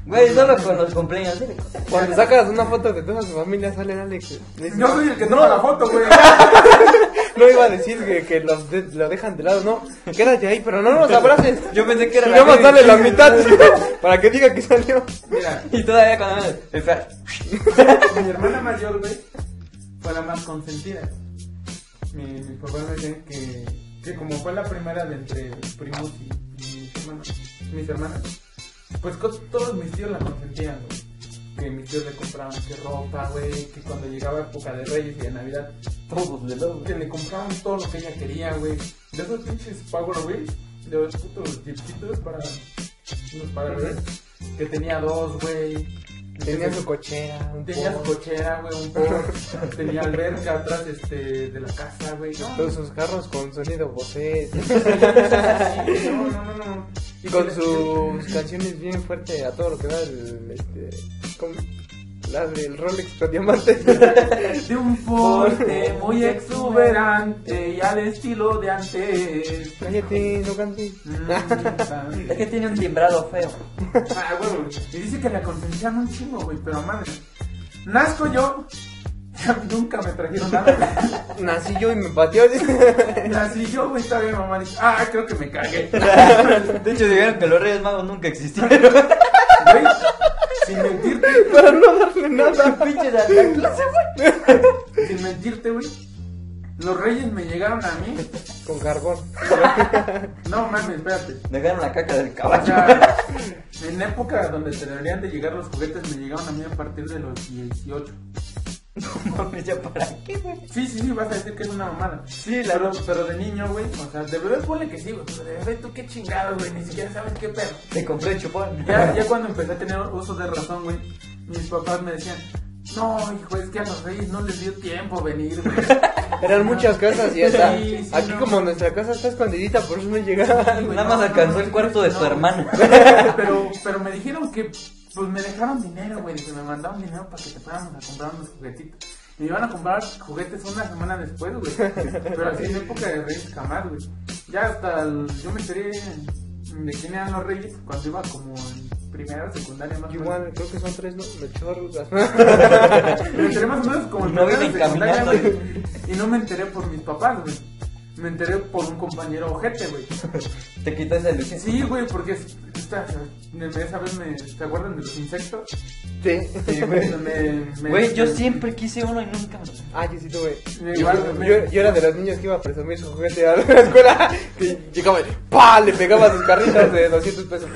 Speaker 3: Güey, solo con los cumpleaños. dile.
Speaker 2: Cuando sacas una foto de toda su familia, sale Alex. Dice,
Speaker 1: Yo soy el que toma la foto, güey.
Speaker 2: No iba a decir que, que los de- lo dejan de lado, no. Quédate ahí, pero no nos abraces.
Speaker 3: Yo pensé que era
Speaker 2: Nada más
Speaker 3: gay.
Speaker 2: dale la mitad para que diga que salió.
Speaker 1: Mira,
Speaker 3: Y todavía cuando me... Espera.
Speaker 1: mi hermana mayor, güey, fue la más consentida. Mi, mi papá me decía que, que como fue la primera de entre primos y, y mis hermanos, mis hermanas, pues co- todos mis tíos la consentían, güey. Que mis tíos le compraban que ropa, güey, que cuando llegaba época de Reyes y de Navidad,
Speaker 3: Todos de lado.
Speaker 1: que le compraban todo lo que ella quería, güey. De esos pinches Power güey, de los putos jeepsitos para los para bebés, que tenía dos, güey.
Speaker 2: Tenía
Speaker 1: Entonces,
Speaker 2: su cochera. un
Speaker 1: Tenía su
Speaker 2: pozo,
Speaker 1: cochera, güey, un poco. Tenía alberca atrás este, de la casa, güey. No,
Speaker 2: Todos sus carros con sonido Bosé.
Speaker 1: no, no, no, no. Y
Speaker 2: Con
Speaker 1: que-
Speaker 2: sus canciones bien fuerte a todo lo que da el. Este, con la del Rolex con diamantes.
Speaker 1: De un porte muy exuberante y al estilo de antes.
Speaker 2: Cállate, no cantes.
Speaker 1: Mm,
Speaker 3: Es que tiene un timbrado feo.
Speaker 1: Ah, güey, güey. Y dice que la consentían un chingo, güey, pero madre. Nazco yo. Nunca me trajeron nada. güey.
Speaker 2: Nací yo y me pateó.
Speaker 1: Nací yo, güey, está bien, mamá. Dice, ah, creo que me cagué.
Speaker 3: De hecho, dijeron que los Reyes Magos nunca existieron.
Speaker 1: Güey, sin mentirte,
Speaker 2: Para no darle nada.
Speaker 3: Pinche Santa Claus.
Speaker 1: sin mentirte, güey. Los reyes me llegaron a mí.
Speaker 2: Con carbón.
Speaker 1: No mames, espérate.
Speaker 3: Dejaron la caca del
Speaker 1: O
Speaker 3: caballo.
Speaker 1: sea, en época donde te deberían de llegar los juguetes, me llegaron a mí a partir de los 18.
Speaker 3: No mames, ya para qué, güey.
Speaker 1: Sí, sí, sí, vas a decir que es una mamada.
Speaker 3: Sí,
Speaker 1: Pero, pero de niño, güey, o sea, de verdad ponle que sí, güey. Pero de bebé, tú qué chingado, güey, ni siquiera sabes qué pedo.
Speaker 3: Te compré chupón.
Speaker 1: Ya, ya cuando empecé a tener uso de razón, güey, mis papás me decían, no, hijo, es que a los reyes no les dio tiempo venir, güey.
Speaker 2: Eran muchas casas y hasta
Speaker 1: Sí, sí,
Speaker 2: aquí
Speaker 1: no.
Speaker 2: como nuestra casa está escondidita, por eso no llegaba.
Speaker 1: güey,
Speaker 3: Nada más alcanzó el cuarto de su
Speaker 1: güey.
Speaker 3: hermana.
Speaker 1: Pero, pero me dijeron que, pues me dejaron dinero, güey, que me mandaron dinero para que te fuéramos a comprar unos juguetitos. Me iban a comprar juguetes una semana después, güey. Pero así en época de Reyes jamás, güey. Ya hasta el- yo me enteré de quién eran los Reyes cuando iba como en primera, secundaria, más o menos.
Speaker 2: Igual, creo que son tres, ¿no? Me echó arrugas.
Speaker 1: Me enteré más o menos como en
Speaker 3: No
Speaker 1: primera,
Speaker 3: vienen
Speaker 1: secundaria,
Speaker 3: caminando.
Speaker 1: güey. Y no me enteré por mis papás, güey. Me enteré por un compañero ojete, güey.
Speaker 3: Te quitó ese luchín.
Speaker 1: Sí, güey, porque esta, me- esa vez me, ¿te acuerdan de los insectos?
Speaker 2: Sí, güey.
Speaker 1: Me- este, me-
Speaker 3: Güey, yo siempre quise uno y nunca me lo saqué.
Speaker 2: Ah, yo sí tuve.
Speaker 1: Igual,
Speaker 2: Yo,
Speaker 1: me-
Speaker 2: yo- yo era de los niños que iba a presumir su juguete a la escuela. Que llegaba y ¡pa! Le pegaba sus carritas de 200 pesos.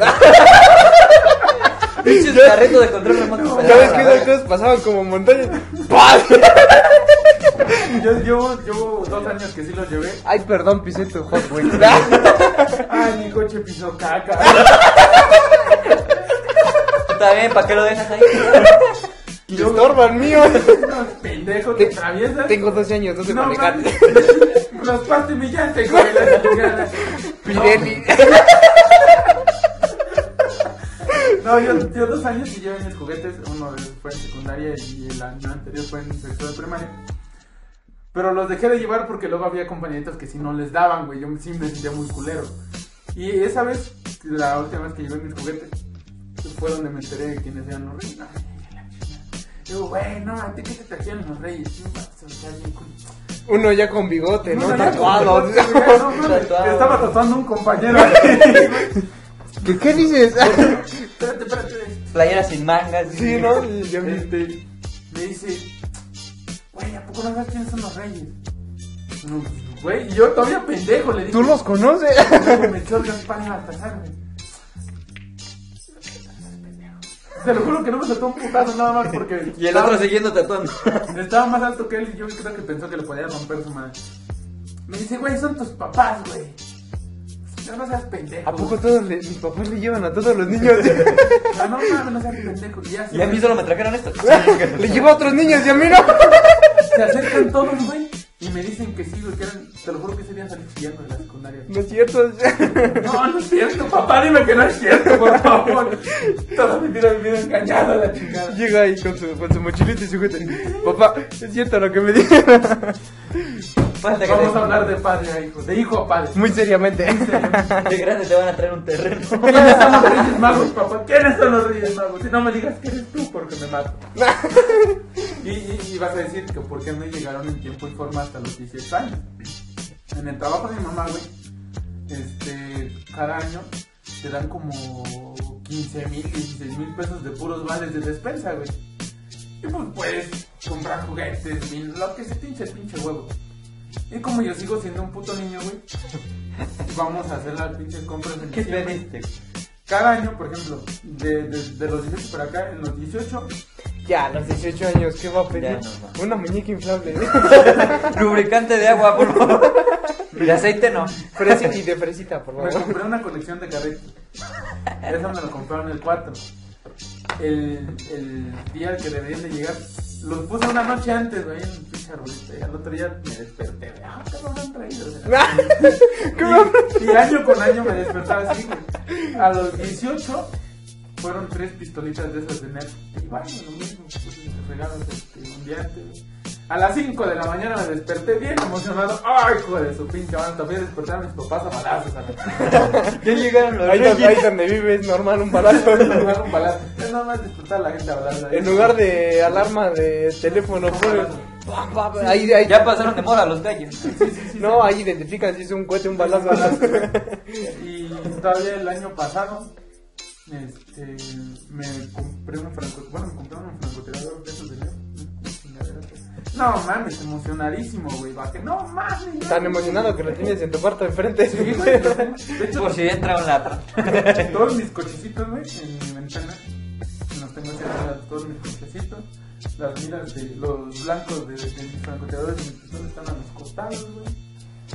Speaker 3: Pinches carrito de control remoto.
Speaker 2: Ya ves que esas cosas pasaban como montañas. ¡Pah!
Speaker 1: Yo llevo, llevo dos años que sí los llevé.
Speaker 2: Ay, perdón, pisé tu hot wings.
Speaker 1: Ay, mi coche pisó caca.
Speaker 3: Está bien, ¿para qué lo dejas ahí?
Speaker 2: Y estorban mío.
Speaker 1: Unos pendejos te atraviesas.
Speaker 2: Tengo 12 años, no sé
Speaker 1: No,
Speaker 2: manejar.
Speaker 1: mames. Raspaste mi llanta, güey. la chingada.
Speaker 2: Pirelli.
Speaker 1: No, yo, yo dos años y llevé mis juguetes. Uno fue en secundaria y el año anterior fue en sexto de primaria. Pero los dejé de llevar porque luego había compañeritos que si no les daban, güey. Yo sí me sentía muy culero. Y esa vez, la última vez que llevé mis juguetes, fue donde me enteré de quiénes eran los reyes. No, ya la chingada. Digo, güey, no, ¿a ti qué te trajeron los reyes? No, vas a estar bien con-
Speaker 2: Uno ya con bigote, ¿no?
Speaker 1: No, no, no,
Speaker 2: Tatuado.
Speaker 1: no, no, no, no,
Speaker 3: Tatuado.
Speaker 1: Estaba tatuando un compañero. Espérate,
Speaker 2: ¿Qué, qué dices?
Speaker 1: espérate.
Speaker 3: Playera sin mangas.
Speaker 2: sí, ¿no? Y yo-
Speaker 1: Este, me dice, güey, ¿a poco no sabes quiénes son los reyes? No, pues, Güey, y yo todavía pendejo le dije.
Speaker 2: ¿Tú los conoces?
Speaker 1: Luego Me echó el pan en la taza, güey. Te lo juro que no me soltó un putazo nada más porque.
Speaker 3: Y el otro
Speaker 1: estaba,
Speaker 3: siguiendo tatuando.
Speaker 1: estaba más alto que él y yo creo que pensó que le podía romper su madre. Me dice, güey, son tus papás, güey. No, no seas pendejo.
Speaker 2: ¿A poco todos le- mis papás le llevan a todos los niños?
Speaker 1: No, no mames, no seas pendejo. Y ya se-
Speaker 3: Y a mí solo me trajeron esto.
Speaker 2: le lleva a otros niños y a mí no.
Speaker 1: Se acercan todos, güey, y me dicen que sí, güey, que eran, te lo juro que ese día salí estudiando de la secundaria.
Speaker 2: No es cierto.
Speaker 1: No, no es cierto, papá, dime que no es cierto, por favor. Toda mi vida he vivido engañado a la chingada.
Speaker 2: Llega ahí con su, con su mochilita y su juguete. Papá, es cierto lo que me dijeron.
Speaker 3: Falta que
Speaker 1: Vamos
Speaker 3: te-
Speaker 1: a hablar de padre a hijo, de hijo a padre.
Speaker 2: Muy seriamente.
Speaker 3: Qué grande te van a traer un terreno.
Speaker 1: ¿Quiénes son los Reyes Magos, papá? ¿Quiénes son los Reyes Magos? Y no me digas que eres tú porque me mato. Y, y- y vas a decir que por qué no llegaron en tiempo y forma hasta los 16 años. En el trabajo de mi mamá, güey, este, cada año te dan como 15 mil, 16 mil pesos de puros vales de despensa, güey. Y pues puedes comprar juguetes, mil, lo que se te hinche el pinche huevo. Y como yo sigo siendo un puto niño, güey, vamos a hacer las pinches compras en
Speaker 3: ¿Qué
Speaker 1: diciembre.
Speaker 3: pediste?
Speaker 1: Cada año, por ejemplo, de, de- de los 18 para acá, en los 18,
Speaker 2: Ya, a los 18 años, ¿qué va a pedir?
Speaker 3: Ya, no, no.
Speaker 2: Una muñeca inflable.
Speaker 3: Lubricante de agua, por favor. De aceite no.
Speaker 2: Fresi- y de fresita, por
Speaker 1: me
Speaker 2: favor.
Speaker 1: compré una colección de carretes. Esa me lo compraron el 4. El, el día al que deberían de llegar, los puse una noche antes, güey, en un pinche arbolito. Y al otro día me desperté, güey, ah, ¿qué me habrán traído? O sea,
Speaker 2: ¿Qué va-
Speaker 1: Y, y año con año me despertaba así, güey. A los 18 fueron tres pistolitas de esas de Nerf. Y bueno, lo mismo, pues, mis regalos este, un día antes, güey. A las 5 de la mañana me desperté bien emocionado. ¡Ay, hijo de su pinche madre! También despertaron mis papás a balazos a la
Speaker 3: Ya llegaron los
Speaker 2: Ahí, donde- ahí
Speaker 3: reyes.
Speaker 2: donde vive es normal un balazo.
Speaker 1: jugar un balazo. Es normal despertar a la gente a balazos.
Speaker 2: En lugar de alarma de teléfono, ponen- pa, pa, pa, ahí, ahí,
Speaker 3: Ya pasaron de moda los gallos.
Speaker 2: no, ahí identifican si es un cohete, un balazo.
Speaker 1: Y todavía el año pasado este, me compré un francotirador. Bueno, me compré un francotirador de esos de Leo. No mames, emocionadísimo, güey. va que no mames. no,
Speaker 2: Tan
Speaker 1: güey.
Speaker 2: emocionado que lo tienes en tu cuarto de frente.
Speaker 1: Sí, güey, lo tengo. De
Speaker 3: Por si entra un lata.
Speaker 1: hecho, todos mis cochecitos, güey, en mi ventana. Los tengo cerrados, todos mis cochecitos. Las miras de los blancos de, de mis francotiradores y mis pistolas están a los costados, güey.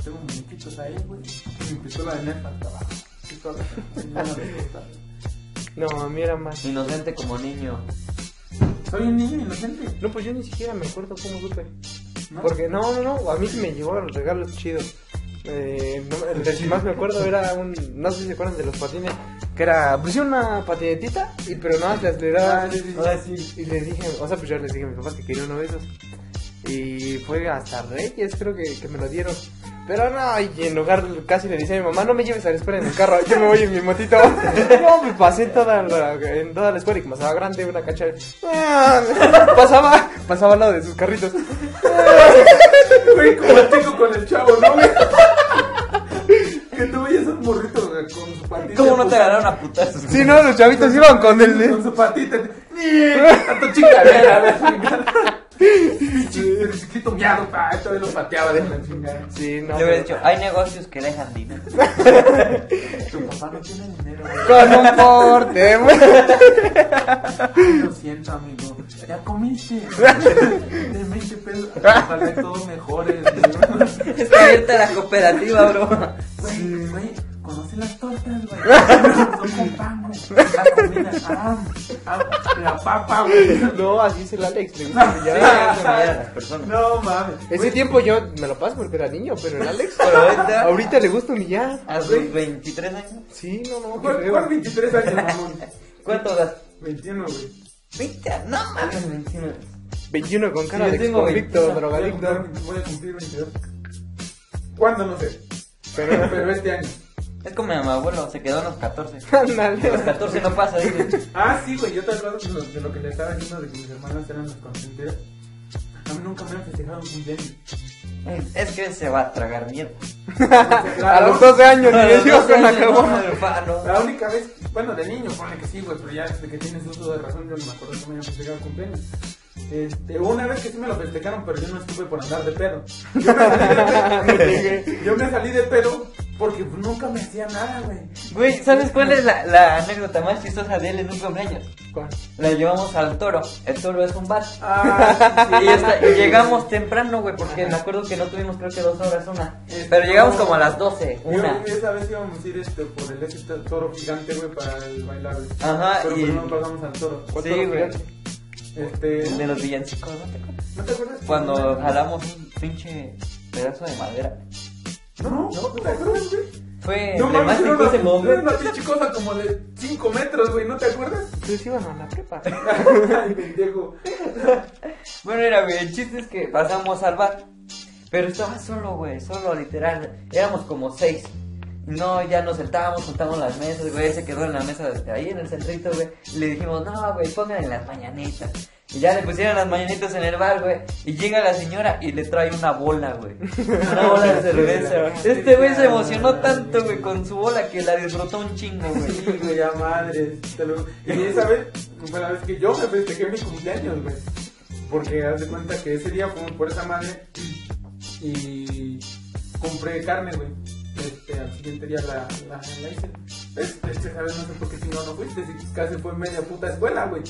Speaker 1: Tengo muñequitos ahí, güey. Y mi pistola de neta hasta abajo. Pistola de neta, a los costados.
Speaker 2: No, a mí era más.
Speaker 3: Inocente como niño.
Speaker 1: Soy un niño inocente.
Speaker 2: No, pues yo ni siquiera me acuerdo cómo supe.
Speaker 1: ¿no?
Speaker 2: Porque no, no, no, a mí sí me llevaron los regalos chidos. Eh, no, el que más me acuerdo era un. No sé si se acuerdan de los patines. Que era. Puse una patinetita, y, pero nada, más le aceleraba.
Speaker 1: Ah, sí, sí, sí.
Speaker 2: Y les dije, o sea, pues yo les dije a mis papás que quería uno de esos. Y fue hasta Reyes, creo que, que me lo dieron. Pero no, y en lugar casi le dice a mi mamá, no me lleves a la escuela en el carro, yo me voy en mi motito. No, me pasé toda la, en toda la escuela y como estaba grande, una cancha. eh, Pasaba, pasaba al lado de sus carritos.
Speaker 1: Güey, como el chico con el chavo, ¿no? güey? que tú veías un morrito güey, con su patita.
Speaker 3: ¿Cómo no
Speaker 1: apuntando.
Speaker 3: te agarraron a putazos?
Speaker 2: Sí, no, los chavitos iban con el
Speaker 1: Con
Speaker 2: de.
Speaker 1: su patita. Tanto chingadera, la chingada. Pinche chiquito miado, pa, todavía lo pateaba de la chingada.
Speaker 2: Sí, no.
Speaker 3: Le hubiera
Speaker 2: pero-
Speaker 3: dicho, hay negocios que dejan dinero.
Speaker 1: Tu papá no tiene dinero, güey.
Speaker 2: Con un corte, güey.
Speaker 1: Lo siento, amigo. Ya comiste. De 20 pesos. Ojalá que todos mejores. güey.
Speaker 3: Está abierta la cooperativa, bro.
Speaker 1: Güey, güey. Conoce las tortas, güey. Son con pan, güey. La comida. Ah, ah, la papa, güey.
Speaker 2: No, así es el Alex. Le gusta
Speaker 3: Ya
Speaker 2: humillar.
Speaker 3: dejan de humillar a las personas.
Speaker 1: No mames.
Speaker 2: Ese tiempo yo me lo paso porque era niño, pero el Alex.
Speaker 3: Pero ahorita-
Speaker 2: Ahorita le gusta humillar.
Speaker 3: A sus 23 años.
Speaker 2: Sí, no, no, qué
Speaker 1: ¿Cuál, cuál
Speaker 2: feo.
Speaker 1: 23 años, mamón?
Speaker 3: ¿Cuánto das?
Speaker 1: 21, güey.
Speaker 3: Viste, no mames, 21.
Speaker 2: 21 con cara
Speaker 3: Sí, yo
Speaker 2: de
Speaker 3: tengo
Speaker 2: convicto,
Speaker 3: 22,
Speaker 1: Voy a
Speaker 2: drogadicto.
Speaker 1: cumplir- Voy a cumplir 22. ¿Cuándo? No sé.
Speaker 2: Pero.
Speaker 1: Pero este año.
Speaker 3: Es como mi abuelo, se quedó en los 14.
Speaker 2: Ándale.
Speaker 3: Los 14 no pasa, dice.
Speaker 1: Ah, sí, güey, yo te hablaba de lo, de lo que le estaba diciendo de que mis hermanas eran las consentidas. A mí nunca me han festejado un cumpleaños.
Speaker 3: Es que se va a tragar mierda.
Speaker 2: A los 12 años, ni le dio con la cabona.
Speaker 1: La única vez, bueno, de niño, pone que sí, güey, pero ya desde que tienes uso de razón, yo no me acuerdo que me hayan festejado un cumpleaños. Este, una vez que sí me lo festejaron, pero yo no estuve por andar de pedo. Yo me salí de pedo, yo me salí de pedo porque nunca me hacía nada, güey.
Speaker 3: Güey, ¿sabes cuál es la, la anécdota más chistosa de él en un cumpleaños? La llevamos al toro. El toro es un bat.
Speaker 1: Ah,
Speaker 3: Y, ya está, y llegamos temprano, güey, porque me acuerdo que no tuvimos creo que dos horas, una.
Speaker 1: Este,
Speaker 3: Pero llegamos
Speaker 1: no.
Speaker 3: como a las 12,
Speaker 1: Yo
Speaker 3: una.
Speaker 1: Esa vez íbamos a ir este, por el este toro gigante, güey, para el bailable.
Speaker 3: Ajá,
Speaker 1: Pero
Speaker 3: y-
Speaker 1: pues no pasamos al toro.
Speaker 3: Sí,
Speaker 2: toro
Speaker 3: güey.
Speaker 2: gigante?
Speaker 1: Este,
Speaker 3: De los villancicos, ¿no te acuerdas?
Speaker 1: ¿No te acuerdas?
Speaker 3: Cuando jalamos un pinche pedazo de madera.
Speaker 1: No, no, no te acuerdas, güey.
Speaker 3: Fue
Speaker 1: No mames, era
Speaker 3: emblemático
Speaker 1: una,
Speaker 3: ese
Speaker 1: era
Speaker 3: momento.
Speaker 1: una pinche cosa como de 5 metros, güey, ¿no te acuerdas?
Speaker 2: Ustedes iban Pues a la prepa.
Speaker 1: Ay, pendejo.
Speaker 3: Bueno, era, güey, el chiste es que pasamos al bar. Pero estaba solo, güey, solo, literal. Éramos como seis. No, ya nos sentábamos, juntamos las mesas, güey. Se quedó en la mesa, de- ahí en el centrito, güey. Le dijimos, no, güey, pongan en las mañanitas. Y ya le pusieron las mañanitas en el bar, güey. Y llega la señora y le trae una bola, güey. Una bola de cerveza. Este güey se emocionó tanto, güey, con su bola que la disfrutó un chingo, güey.
Speaker 1: Sí, güey, ya madre. te lo- Y esa vez fue la vez que yo me festejé mi cumpleaños, güey. Porque haz de cuenta que ese día fuimos por esa madre y compré carne, güey. Este, al siguiente día la, la, la hice. Este, este, ¿sabes? No sé por qué si no, no fuiste. Si casi fue media puta escuela, güey.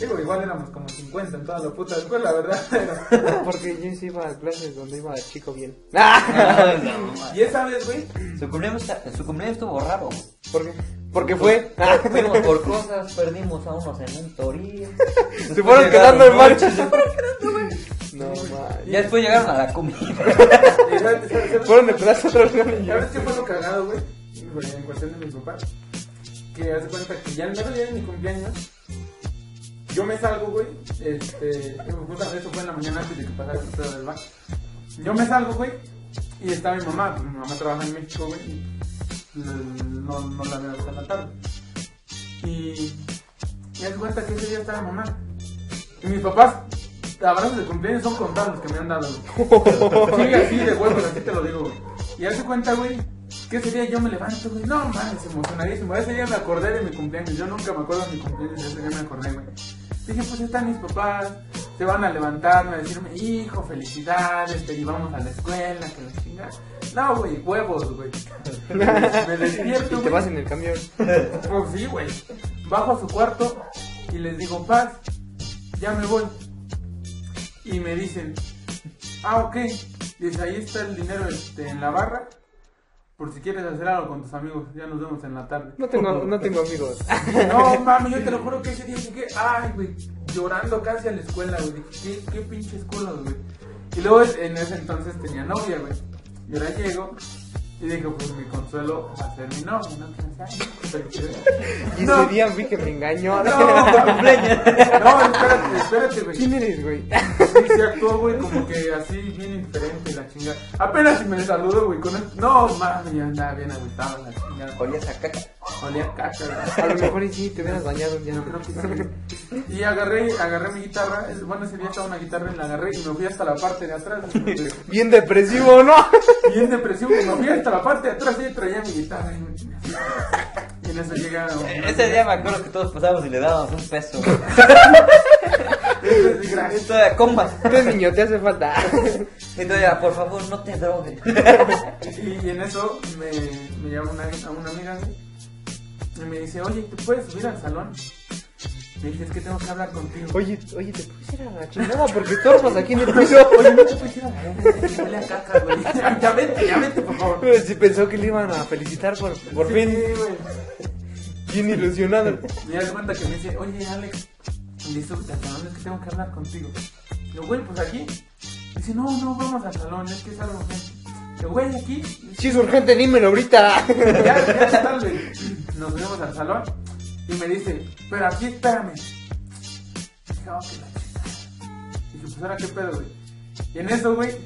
Speaker 1: Digo, igual éramos como 50 en toda la puta escuela, ¿verdad? Pero-
Speaker 2: Porque yo sí iba a clases donde iba el chico bien.
Speaker 3: Ah,
Speaker 1: y esa vez, güey,
Speaker 3: Su cumpleaños, su cumpleaños estuvo raro, güey.
Speaker 2: ¿Por qué? Porque fue.
Speaker 3: Fuimos por cosas, perdimos a unos en un torillo.
Speaker 2: Se fueron quedando en marcha. No, man.
Speaker 3: Ya después llegaron a la comida.
Speaker 1: era- ¿sabes?
Speaker 2: Fueron de pedazo a otro lugar y yo-
Speaker 1: ¿Sabes qué fue lo cagado, güey? Güey, En cuestión de mis papás. Que hace cuenta que ya el mero día de mi cumpleaños, yo me salgo, güey. Este, puta, eso fue en la mañana antes de que pasara el pedo del bar. Yo me salgo, güey, y está mi mamá. pues, Mi mamá trabaja en México, güey. y pues, No, no la veo hasta la tarde. Y me hace cuenta que ese día está mi mamá. Y mis papás, abrazos de cumpleaños son contados los que me han dado. güey. Sí, así de huevos, así te lo digo, güey. Y hace cuenta, güey, que ese día yo me levanto, güey. No mames, emocionadísimo. Ese día me acordé de mi cumpleaños. Yo nunca me acuerdo de mi cumpleaños, ese día me acordé, güey. Dije, pues están mis papás, se van a levantar, a decirme, hijo, felicidades, te llevamos a la escuela, que la chingada. No, güey, huevos, güey. Me despierto,
Speaker 2: Y te
Speaker 1: güey.
Speaker 2: vas en el camión.
Speaker 1: Pues sí, güey. Bajo a su cuarto y les digo, paz, ya me voy. Y me dicen, ah, ok, dice, ahí está el dinero este, en la barra. Por si quieres hacer algo con tus amigos, ya nos vemos en la tarde.
Speaker 2: No tengo, no tengo amigos.
Speaker 1: No, mami, yo te lo juro que ese día llegué, ay, güey, llorando casi a la escuela, güey. Dije, qué, qué pinches culos, güey. Y luego en ese entonces tenía novia, güey. Y ahora llego y digo, pues mi consuelo va a ser mi novia, ¿no? Que me dice, ay, felicidades.
Speaker 2: Y
Speaker 1: No,
Speaker 2: ese día vi que me engañó.
Speaker 1: no, no, espérate, espérate, güey.
Speaker 2: ¿Quién eres, güey?
Speaker 1: Sí, se actuó, güey, como que así, bien indiferente, la chingada. Apenas si me saludo, güey, con el... No, mami, yo andaba bien agüitado, la chingada.
Speaker 3: Olías a caca.
Speaker 1: Olía caca, güey.
Speaker 2: A lo mejor y sí, te hubieras bañado un día.
Speaker 1: Yo creo que sí. Y agarré, agarré mi guitarra, es- bueno, ese día estaba una guitarra y la agarré y me fui hasta la parte de atrás.
Speaker 2: Bien depresivo, ¿no?
Speaker 1: Bien depresivo, me fui hasta la parte de atrás y traía mi guitarra. y me- Y en eso llega. un-
Speaker 3: Ese día me acuerdo que todos pasábamos y le dábamos un peso.
Speaker 1: Entonces,
Speaker 3: Y
Speaker 1: gracias.
Speaker 3: todavía, compa.
Speaker 2: Este niño te hace falta.
Speaker 3: Y todavía, por favor, no te droguen.
Speaker 1: Y, y en eso me, me llama una, a una amiga güey, y me dice, oye, ¿te puedes subir al salón? Me dice, es que tengo que hablar contigo.
Speaker 2: Oye, oye, ¿te puedes ir a la chingada? Porque estorbas aquí en el piso.
Speaker 1: Oye, no te puedes ir a la verga, huele a caca, güey. Ya vete, ya vete, por favor.
Speaker 2: Si pensó que le iban a felicitar por, por
Speaker 1: Sí,
Speaker 2: fin,
Speaker 1: güey.
Speaker 2: bien ilusionado.
Speaker 1: Me das cuenta que me dice, oye, Alex, me súbete al salón, es que tengo que hablar contigo. Yo, güey, pues aquí. Dice, no, no, vamos al salón, es que es algo urgente. Yo, güey, aquí.
Speaker 2: Si es urgente, dímelo ahorita.
Speaker 1: Ya, ya es tarde. Nos fuimos al salón y me dice, pero aquí espérame. Dije, oh, que la chingada. Dije, pues ahora qué pedo, güey. Y en eso, güey,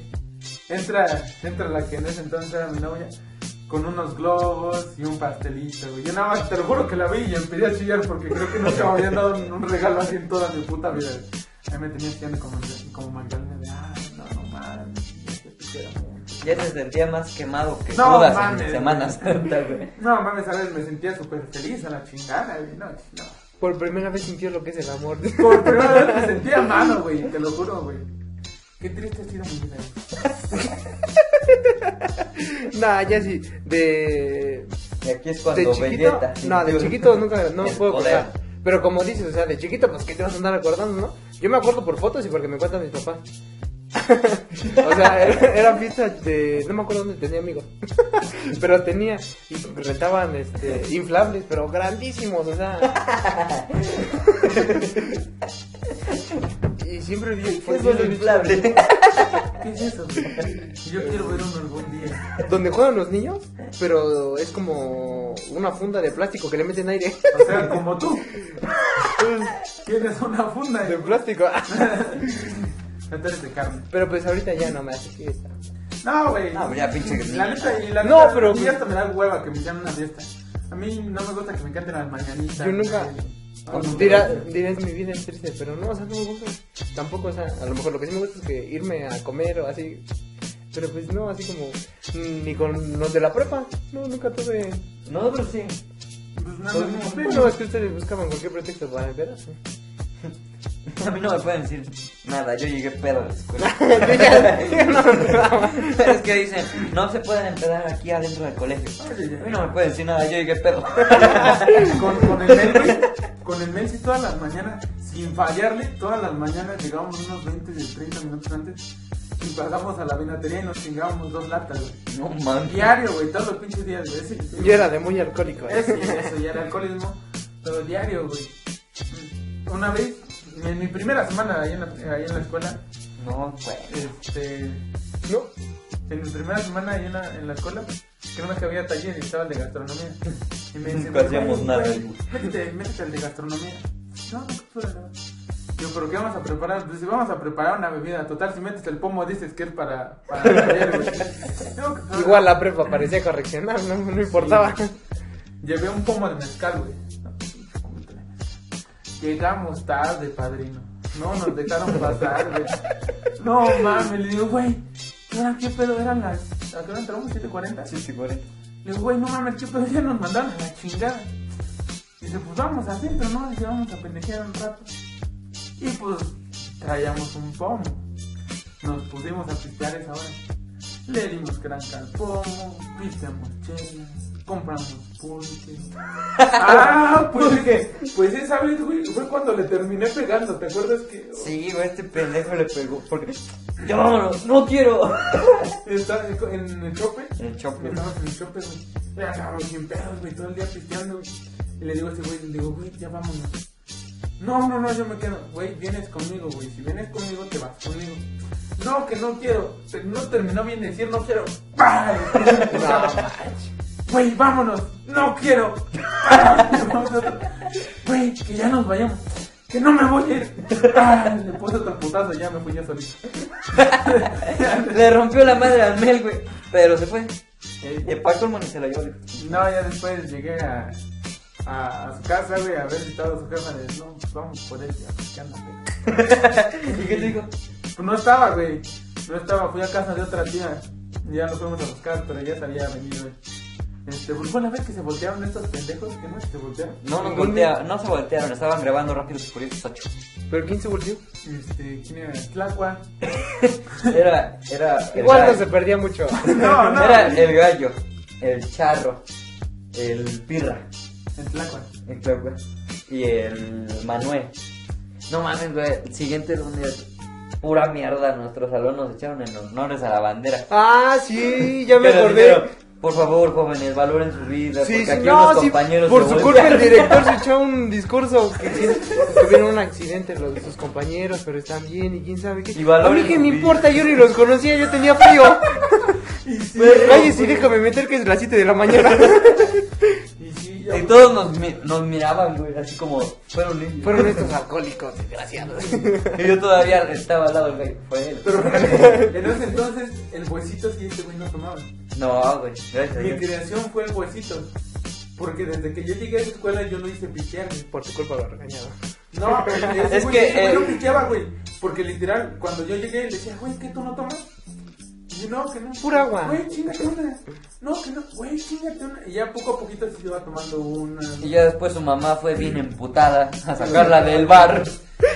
Speaker 1: entra, entra la que en ese entonces era mi novia con unos globos y un pastelito, güey. Yo nada más, te lo juro que la vi y empecé a chillar porque creo que nunca me habían dado un regalo así en toda mi puta vida. güey. Ahí me tenía chillando como, como Magdalena de, ah, no, no mames. este pichero, güey".
Speaker 3: Ya se sentía más quemado que
Speaker 1: No,
Speaker 3: crudas
Speaker 1: mames.
Speaker 3: en Semana Santa, güey.
Speaker 1: No, mames, a ver, me sentía súper feliz a la chingada, güey. No, no.
Speaker 2: Por primera vez sintió lo que es el amor.
Speaker 1: Por primera vez me sentí amado, güey, te lo juro, güey. Qué triste ha sido mi vida.
Speaker 2: Nah, ya sí. De.
Speaker 3: Y aquí es
Speaker 2: de
Speaker 3: cuando
Speaker 2: chiquito.
Speaker 3: Vegeta.
Speaker 2: No, de chiquito nunca. No me
Speaker 3: El
Speaker 2: puedo
Speaker 3: poder.
Speaker 2: acordar. Pero como dices, o sea, de chiquito, pues que te vas a andar acordando, ¿no? Yo me acuerdo por fotos y porque me cuentan mis papás. o sea, era- eran fiestas de. No me acuerdo dónde tenía amigos. pero tenía. Y rentaban este, inflables, pero grandísimos, o sea. y siempre vi
Speaker 3: Fue
Speaker 2: fotos de-
Speaker 3: inflable.
Speaker 1: ¿Qué es eso? güey? Yo quiero ver uno algún día.
Speaker 2: Donde juegan los niños, pero es como una funda de plástico que le meten aire.
Speaker 1: O sea, como tú. Tienes una funda
Speaker 2: De
Speaker 1: de
Speaker 2: plástico.
Speaker 1: Entonces de carne.
Speaker 2: Pero pues ahorita ya no me hace fiesta.
Speaker 1: No, güey.
Speaker 3: No, ya, pinche que-
Speaker 1: La neta, y la
Speaker 2: No,
Speaker 1: neta,
Speaker 2: pero-
Speaker 1: a mí hasta me da hueva que me llamen a una fiesta. A mí no me gusta que me canten las mañanitas.
Speaker 2: Yo nunca-
Speaker 1: Ah, No, no,
Speaker 2: Dirá-
Speaker 1: no.
Speaker 2: dirás mi vida es triste, pero no, o sea, no me gusta. Tampoco, o sea, a lo mejor lo que sí me gusta es que irme a comer o así. Pero pues no, así como mm, ni con los de la prepa. No, nunca tuve.
Speaker 3: No, pero sí.
Speaker 1: Pues nada,
Speaker 3: Pues,
Speaker 1: no,
Speaker 2: Bueno, es que ustedes buscaban cualquier pretexto para ver. ¿sí?
Speaker 3: Pues A mí no me pueden decir nada, yo llegué pedo a la escuela. es que dicen, no se pueden empedar aquí adentro del colegio. A mí no me pueden decir nada, yo llegué pedo.
Speaker 1: con, con el Mel, güey, con el Mel sí todas las mañanas, sin fallarle, todas las mañanas llegábamos unos 20 y 30 minutos antes y pasamos a la vinatería y nos chingábamos dos latas, güey.
Speaker 3: No mames.
Speaker 1: Diario, güey, todos los pinches días, güey. ese-
Speaker 2: Yo era de muy alcohólico. ¿eh?
Speaker 1: Eso, ya, eso, ya era alcoholismo, pero diario, güey. Una vez, en mi primera semana ahí en la, ahí en la escuela,
Speaker 3: No, güey.
Speaker 1: este...
Speaker 2: No,
Speaker 1: En mi primera semana ahí en la, en la escuela, creo que había taller y estaba el de gastronomía. Y me
Speaker 3: Nunca hacíamos
Speaker 1: "Güey,
Speaker 3: nada".
Speaker 1: güey, Métete, métete al de gastronomía. No, no, pues, no. Yo, pero ¿qué vamos a preparar? Dice, vamos a preparar una bebida. Total, si metes el pomo, dices que es para, para el taller, güey. No, que pues,
Speaker 2: igual la prepa parecía correccionar, no, no importaba.
Speaker 1: Llevé un pomo de mezcal, güey. No, pues, ¿cómo te la mezcal? Llegamos tarde, padrino. No nos dejaron pasar, güey. No mames, le digo, güey. ¿qué hora- ¿Qué pedo eran las? ¿A qué hora entramos? ¿7.40?
Speaker 3: Sí, sí, güey.
Speaker 1: Le digo, güey, no mames, ¿qué pedo? Ya nos mandaron a la chingada. Dice, pues vamos al centro, ¿no? Dice, vamos a pendejear un rato. Y pues traíamos un pomo. Nos pusimos a pistear esa hora. Le dimos cranca al pomo, pisteamos chelas, compramos pulques. ah, pues, pues esa vez, güey, fue cuando le terminé pegando, ¿te acuerdas que?
Speaker 3: Sí, güey, este pendejo le pegó porque... ¡Ya vámonos! ¡No quiero!
Speaker 1: Está en el chope.
Speaker 3: En el chope.
Speaker 1: Estábamos en el chope, güey. Ya estábamos bien pedos, güey, todo el día pisteando, güey. Y le digo a ese güey, le digo, güey, ya vámonos. No, no, no, yo me quedo. Güey, vienes conmigo, güey. Si vienes conmigo, te vas conmigo. No, que no quiero. Te- No terminó bien de decir, no quiero. ¡Pah! Güey, vámonos. No quiero. ¡Pah! Le pongo otro. Güey, que ya nos vayamos. Que no me voy a ir. ¡Pah! Le puse otro putazo y ya me fui yo solito.
Speaker 3: Le rompió la madre al Mel, güey. Pero se fue. Y el Paco ni se la llevó. güey.
Speaker 1: No, ya después llegué a, a, a su casa, güey, a ver si estaba su casa. Le dije, no, pues vamos por él, ya, pues, ¿qué onda, güey?
Speaker 3: ¿Y qué te dijo?
Speaker 1: Pues no estaba, güey. No estaba, fui a casa de otra tía. Ya lo fuimos a buscar, pero ya se había venido, güey. Este, fue la vez que se voltearon estos pendejos, que no se voltearon.
Speaker 3: No nos
Speaker 2: Ningún-
Speaker 3: voltea, no se voltearon, estaban grabando rápido y furiosos 8.
Speaker 2: ¿Pero quién se volvió?
Speaker 1: Este, ¿quién era? Tlacuan.
Speaker 3: Era, era. el
Speaker 2: Igual
Speaker 3: gallo.
Speaker 2: no se perdía mucho.
Speaker 1: No, no.
Speaker 3: Era el gallo, el charro, el pirra,
Speaker 1: En Tlacuan.
Speaker 3: el Clauca, y el Manuel. No mames, güey. El siguiente lunes, pura mierda. Nuestros salón nos echaron en honores a la bandera.
Speaker 2: Ah, sí, ya me
Speaker 3: Pero
Speaker 2: acordé.
Speaker 3: dijeron, por favor, jóvenes, valoren su vida.
Speaker 2: Sí,
Speaker 3: porque
Speaker 2: sí,
Speaker 3: aquí unos
Speaker 2: no, sí,
Speaker 3: compañeros.
Speaker 2: por
Speaker 3: se
Speaker 2: su culpa
Speaker 3: voltean".
Speaker 2: el director se echó un discurso que sí, tuvieron un accidente los de sus compañeros, pero están bien y quién sabe qué.
Speaker 3: Y valores
Speaker 2: a mí que me
Speaker 3: humanos.
Speaker 2: importa, yo ni los conocía, yo tenía frío. Pues, Cállese y déjame meter que es las 7 de la mañana.
Speaker 1: Y sí, ya-
Speaker 3: Y todos nos, mi- nos miraban, güey, así como Eh, fueron limpios.
Speaker 2: Fueron estos alcohólicos desgraciados.
Speaker 3: Y yo todavía estaba al lado del güey. Fue él.
Speaker 1: Pero fíjate, en ese entonces el huesito sí este güey no tomaba.
Speaker 3: No, güey. Gracias. a
Speaker 1: Mi
Speaker 3: Dios.
Speaker 1: creación fue el huesito. Porque desde que yo llegué a esa escuela yo no hice pichear. güey.
Speaker 2: Por tu culpa lo regañaron.
Speaker 1: No, ese
Speaker 3: Es
Speaker 1: güey-
Speaker 3: que,
Speaker 1: ese güey
Speaker 3: eh,
Speaker 1: no picheaba, güey. Porque literal, cuando yo llegué le decía, güey, ¿qué tú no tomas? Y yo, no, que no.
Speaker 2: Pura agua.
Speaker 1: Güey, chingate una. No, que no, güey, chingate una. Y ya poco a poquito sí se iba tomando una.
Speaker 3: Y ya después su mamá fue bien emputada a sacarla del bar.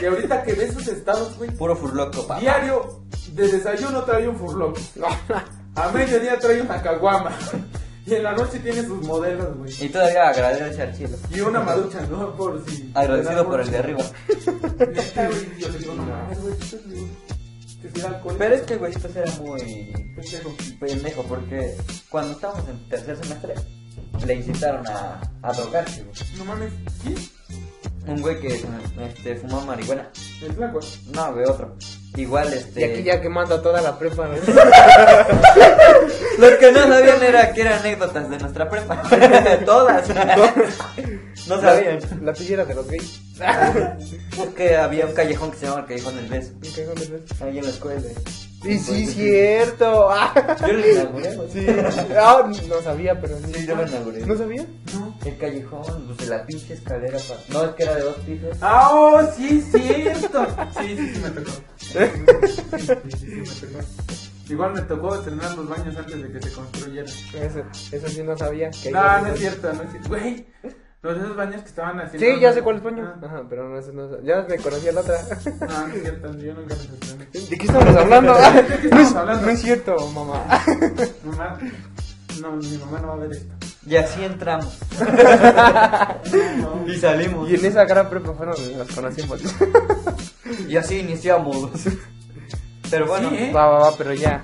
Speaker 1: Y ahorita que ves sus estados, güey.
Speaker 3: Puro furloco, papá.
Speaker 1: Diario de desayuno trae un furloco. A mediodía trae una caguama. Y en la noche tiene sus modelos, güey.
Speaker 3: Y todavía agradece al cielo.
Speaker 1: Y una maducha, ¿no? Por si.
Speaker 3: Agradecido por el de arriba.
Speaker 1: Neta, güey, Yo le digo, no mames, güey, esto es mío. Que si era alcohol.
Speaker 3: Pero es que el güeyito era muy
Speaker 1: Pendejo.
Speaker 3: pendejo porque cuando estábamos en tercer semestre le incitaron a, a drogarse. güey.
Speaker 1: No mames, ¿qué?
Speaker 3: Un güey que este, fumaba marihuana.
Speaker 1: El flaco.
Speaker 3: No, güey, otro. Igual, este...
Speaker 2: Y aquí ya que manda toda la prepa. ¿no?
Speaker 3: Lo que no sabían era que eran anécdotas de nuestra prepa. Todas. no sabían.
Speaker 2: La pillera de los gays.
Speaker 3: Porque había un callejón que se llamaba el Callejón del Beso.
Speaker 2: Me cago en el beso.
Speaker 3: Ahí en la escuela.
Speaker 2: Y sí, cierto. Ah,
Speaker 3: Yo lo inauguré, güey.
Speaker 2: sí. Ah, no sabía, pero
Speaker 3: Sí, yo lo inauguré.
Speaker 2: ¿No sabía?
Speaker 1: No.
Speaker 3: El callejón, pues de la pinche escalera. pa- No, es que era de dos pisos.
Speaker 1: ¡Ah, oh, sí, cierto! Sí, sí, sí, me tocó.
Speaker 2: ¿Eh?
Speaker 1: Sí, sí, sí, me tocó. Igual me tocó estrenar los baños antes de que se construyeran.
Speaker 2: Eso, eso sí no sabía. que
Speaker 1: No,
Speaker 2: ahí-
Speaker 1: Ah, no es cierto, no es cierto. Güey, los de esos baños que estaban haciendo.
Speaker 2: Sí, ya sé cuál es baño.
Speaker 1: Ah,
Speaker 2: Ajá, pero no, eso no Ya me conocía la otra.
Speaker 1: No, no es cierto, yo nunca me sorprendí.
Speaker 2: ¿De qué estamos hablando?
Speaker 1: ¿De qué
Speaker 2: no,
Speaker 1: estamos
Speaker 2: es,
Speaker 1: hablando?
Speaker 2: no es cierto, mamá.
Speaker 1: Mamá, no, mi mamá no va a ver esto.
Speaker 3: Y así entramos.
Speaker 1: No,
Speaker 3: Y salimos.
Speaker 2: Y en esa gran prepa fueron donde nos conocimos.
Speaker 3: Y así iniciamos. Pero bueno,
Speaker 1: Sí, ¿eh?
Speaker 2: Va, va, va, pero ya.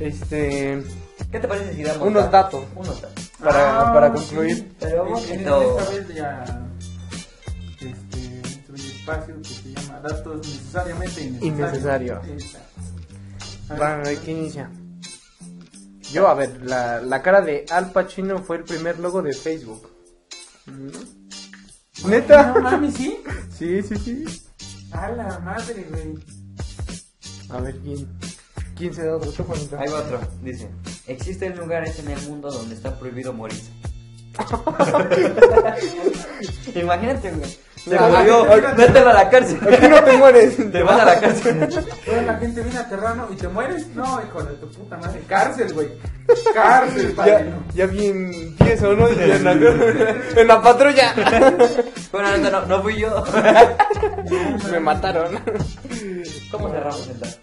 Speaker 2: Este.
Speaker 3: ¿qué te parece si damos
Speaker 2: Unos datos.
Speaker 3: Unos datos.
Speaker 2: Para,
Speaker 1: Ah,
Speaker 2: para
Speaker 1: sí.
Speaker 2: concluir.
Speaker 3: Pero
Speaker 1: En-
Speaker 3: vamos
Speaker 1: en
Speaker 3: viendo-
Speaker 1: Esta vez ya. Este. Este bello espacio que se llama Datos Necesariamente Innecesarios.
Speaker 2: Innecesarios.
Speaker 1: Exacto. A
Speaker 2: Va, a
Speaker 1: ver,
Speaker 2: ver, ¿quién inicia? Yo, a ver, la, la cara de Al Pacino fue el primer logo de Facebook. Mm.
Speaker 1: No
Speaker 2: ¿Neta?
Speaker 1: mami, sí.
Speaker 2: Sí, sí, sí.
Speaker 1: A la madre, güey.
Speaker 2: A ver, ¿quién? ¿Quién se da otro Tú, Juanita.
Speaker 3: Hay otro. Dice: Existen lugares en el mundo donde está prohibido morirse. Imagínate, güey. Se
Speaker 2: Ah,
Speaker 3: murió.
Speaker 1: ahorita-
Speaker 3: Mételo a la cárcel.
Speaker 2: Aquí no te mueres.
Speaker 3: Te vas a la cárcel.
Speaker 1: Toda la gente viene a Terrano y te mueres. No, hijo de tu puta madre. Cárcel, güey. Cárcel, padre.
Speaker 2: Ya, ya bien tieso, ¿no? Ya en, la, en la patrulla.
Speaker 3: Bueno, ahorita no, no fui yo.
Speaker 2: Me mataron.
Speaker 3: ¿Cómo cerramos el dato?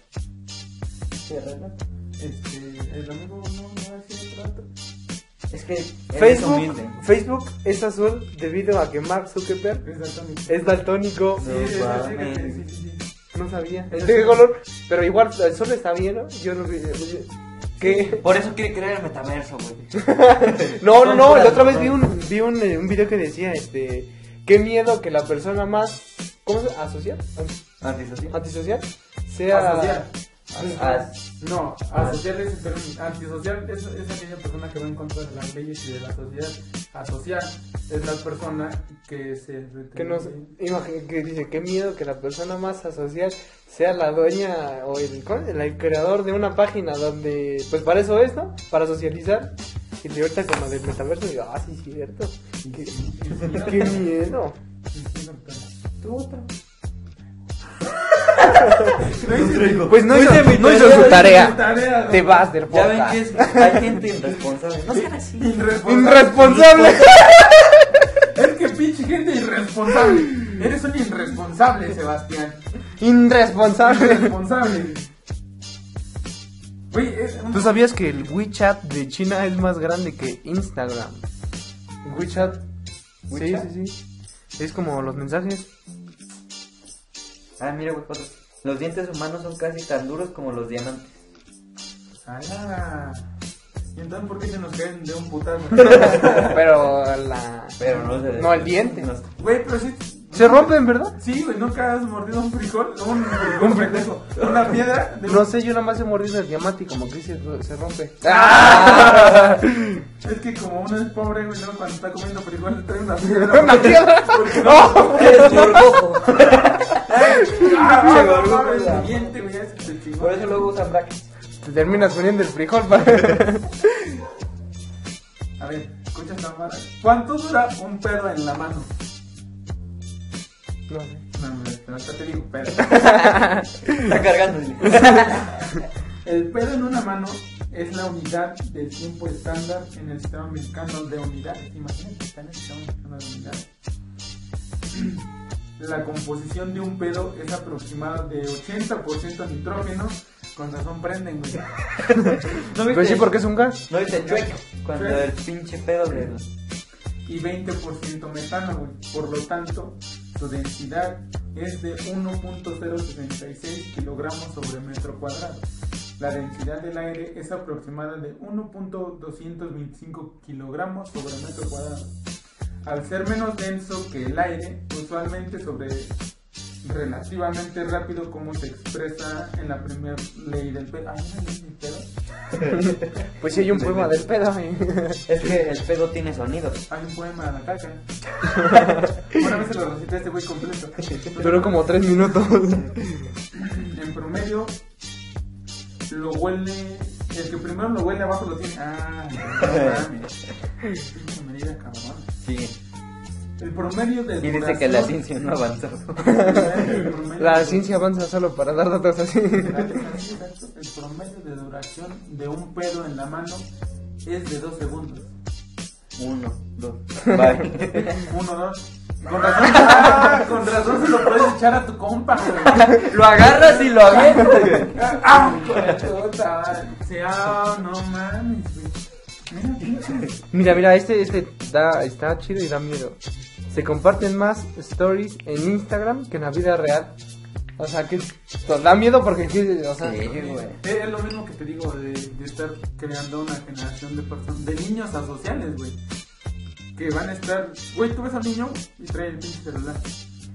Speaker 1: Este. El domingo no, no va a decir otro dato.
Speaker 3: Es que eres
Speaker 2: Facebook,
Speaker 3: humilde.
Speaker 2: Facebook es azul debido a que Mark Zuckerberg
Speaker 1: Es daltónico.
Speaker 2: es daltónico.
Speaker 1: Sí,
Speaker 3: No
Speaker 1: sí, sí,
Speaker 3: mames.
Speaker 1: sí, sí, sí, sí.
Speaker 2: No sabía.
Speaker 1: Es
Speaker 2: ¿De qué
Speaker 1: azul.
Speaker 2: color? Pero igual, el sol está bien, ¿no? Yo no... yo- ¿Qué?
Speaker 3: Por eso quiere crear el metaverso, güey.
Speaker 2: No, no,
Speaker 3: Son
Speaker 2: no.
Speaker 3: puras
Speaker 2: La otra vez vi
Speaker 3: cosas.
Speaker 2: un, vi un, eh, un video que decía, este... Qué miedo que la persona más... ¿Cómo se ¿Asocial? Ant-
Speaker 3: Antisocial.
Speaker 2: ¿Antisocial? Sea...
Speaker 1: Asocial.
Speaker 3: As-
Speaker 1: No, asocial es pero antisocial es, es aquella persona que va en contra de las leyes y de la sociedad. Asocial es la persona que se
Speaker 2: Que nos imagina que dice qué miedo que la persona más asocial sea la dueña o el, ¿cómo? el, el creador de una página donde pues para eso es, ¿no? Para socializar. Y de ahorita con lo del metaverso digo, ah, sí cierto. Qué, qué miedo.
Speaker 1: Tú otra. No hice-
Speaker 2: Pues no hizo, no hizo su tarea.
Speaker 1: ¿no?
Speaker 2: Te vas del
Speaker 3: Ya ven que
Speaker 2: podcast.
Speaker 3: es, hay gente irresponsable. No sean así.
Speaker 1: Irresponsable.
Speaker 2: Irresponsable.
Speaker 1: Es que pinche gente irresponsable. Eres un irresponsable, Sebastián.
Speaker 2: Irresponsable.
Speaker 1: Irresponsable. Oye, es un...
Speaker 2: ¿Tú sabías que el WeChat de China es más grande que Instagram? WeChat.
Speaker 3: WeChat.
Speaker 2: Sí, sí, sí. Es como los mensajes.
Speaker 3: Ah, mira, güey, otro. Los dientes humanos son casi tan duros como los diamantes.
Speaker 1: Ala. ¿Y entonces por qué se nos caen de un putazo?
Speaker 2: Pero la.
Speaker 3: Pero no se
Speaker 2: No, el diente.
Speaker 3: no se-
Speaker 1: Güey, pero sí.
Speaker 2: Se rompen, ¿verdad?
Speaker 1: Sí, güey, nunca has mordido un frijol. Un frijol, pendejo. Una piedra. De...
Speaker 2: No sé, yo nada más he mordido el diamante y como que "Pues, se, se rompe.
Speaker 1: Es que como uno es pobre, güey, luego cuando está comiendo frijol le trae una piedra.
Speaker 2: ¡Una piedra! ¡No!
Speaker 3: Eres gorgojo.
Speaker 1: Ah,
Speaker 3: Pinche
Speaker 1: no,
Speaker 3: gorgojo,
Speaker 1: mames,
Speaker 3: la-
Speaker 1: mi diente, güey, ya se te chingó.
Speaker 3: Por eso luego usan brackets.
Speaker 2: Te terminas poniendo el frijol para.
Speaker 1: A ver, escucha esta mara. ¿Cuánto dura un perro en la mano?
Speaker 2: No sé.
Speaker 1: No, no, hasta te digo perro.
Speaker 3: Está cargándose.
Speaker 1: El pedo en una mano es la unidad del tiempo estándar en el sistema mexicano de unidades. Imagínate, está en el sistema mexicano de unidades. La composición de un pedo es aproximada de 80% nitrógeno. Con razón prenden, güey.
Speaker 3: ¿No
Speaker 2: Pero pues sí, porque es un gas.
Speaker 3: No viste chueco. Cuando
Speaker 1: Chueco.
Speaker 3: el pinche pedo de.
Speaker 1: Y 20% metano, güey. Por lo tanto, su densidad es de 1.066 kilogramos sobre metro cuadrado. La densidad del aire es aproximada de 1.225 kilogramos sobre metro cuadrado. Al ser menos denso que el aire, usualmente sobre relativamente rápido como se expresa en la primera ley del pedo. Ay, ¿no leí mi pedo?
Speaker 2: Pues sí, hay un poema del pedo. ¿eh?
Speaker 3: Es que el pedo tiene sonidos.
Speaker 1: Hay un poema de la caca. Una vez se lo recité a este güey completo.
Speaker 2: Duró como tres minutos.
Speaker 1: En promedio, lo huele. El que primero lo huele abajo lo tiene. Ah, no mames. Pinche medida cabrón.
Speaker 3: Sí.
Speaker 1: El promedio del.
Speaker 3: Y dice que la ciencia no avanzó.
Speaker 2: La ciencia avanza solo para dar datos así.
Speaker 1: El promedio de duración de un pedo en la mano es de 2 segundos.
Speaker 3: Uno, dos. Bye.
Speaker 1: 1, 2. Con razón, ah, con razón se lo puedes echar a tu compa, güey.
Speaker 3: Lo agarras y lo avientas.
Speaker 1: ¡Ah! Puta, sea, no mames, güey. Mira, pinche.
Speaker 2: Mira, mira, este, este da, está chido y da miedo. Se comparten más stories en Instagram que en la vida real. O sea, que to- da miedo porque, que- o sea,
Speaker 3: Sí, güey.
Speaker 1: Es es lo mismo que te digo de, de estar creando una generación de personas, de niños asociales, güey. Que van a estar, güey, tú ves al niño y trae el pinche celular.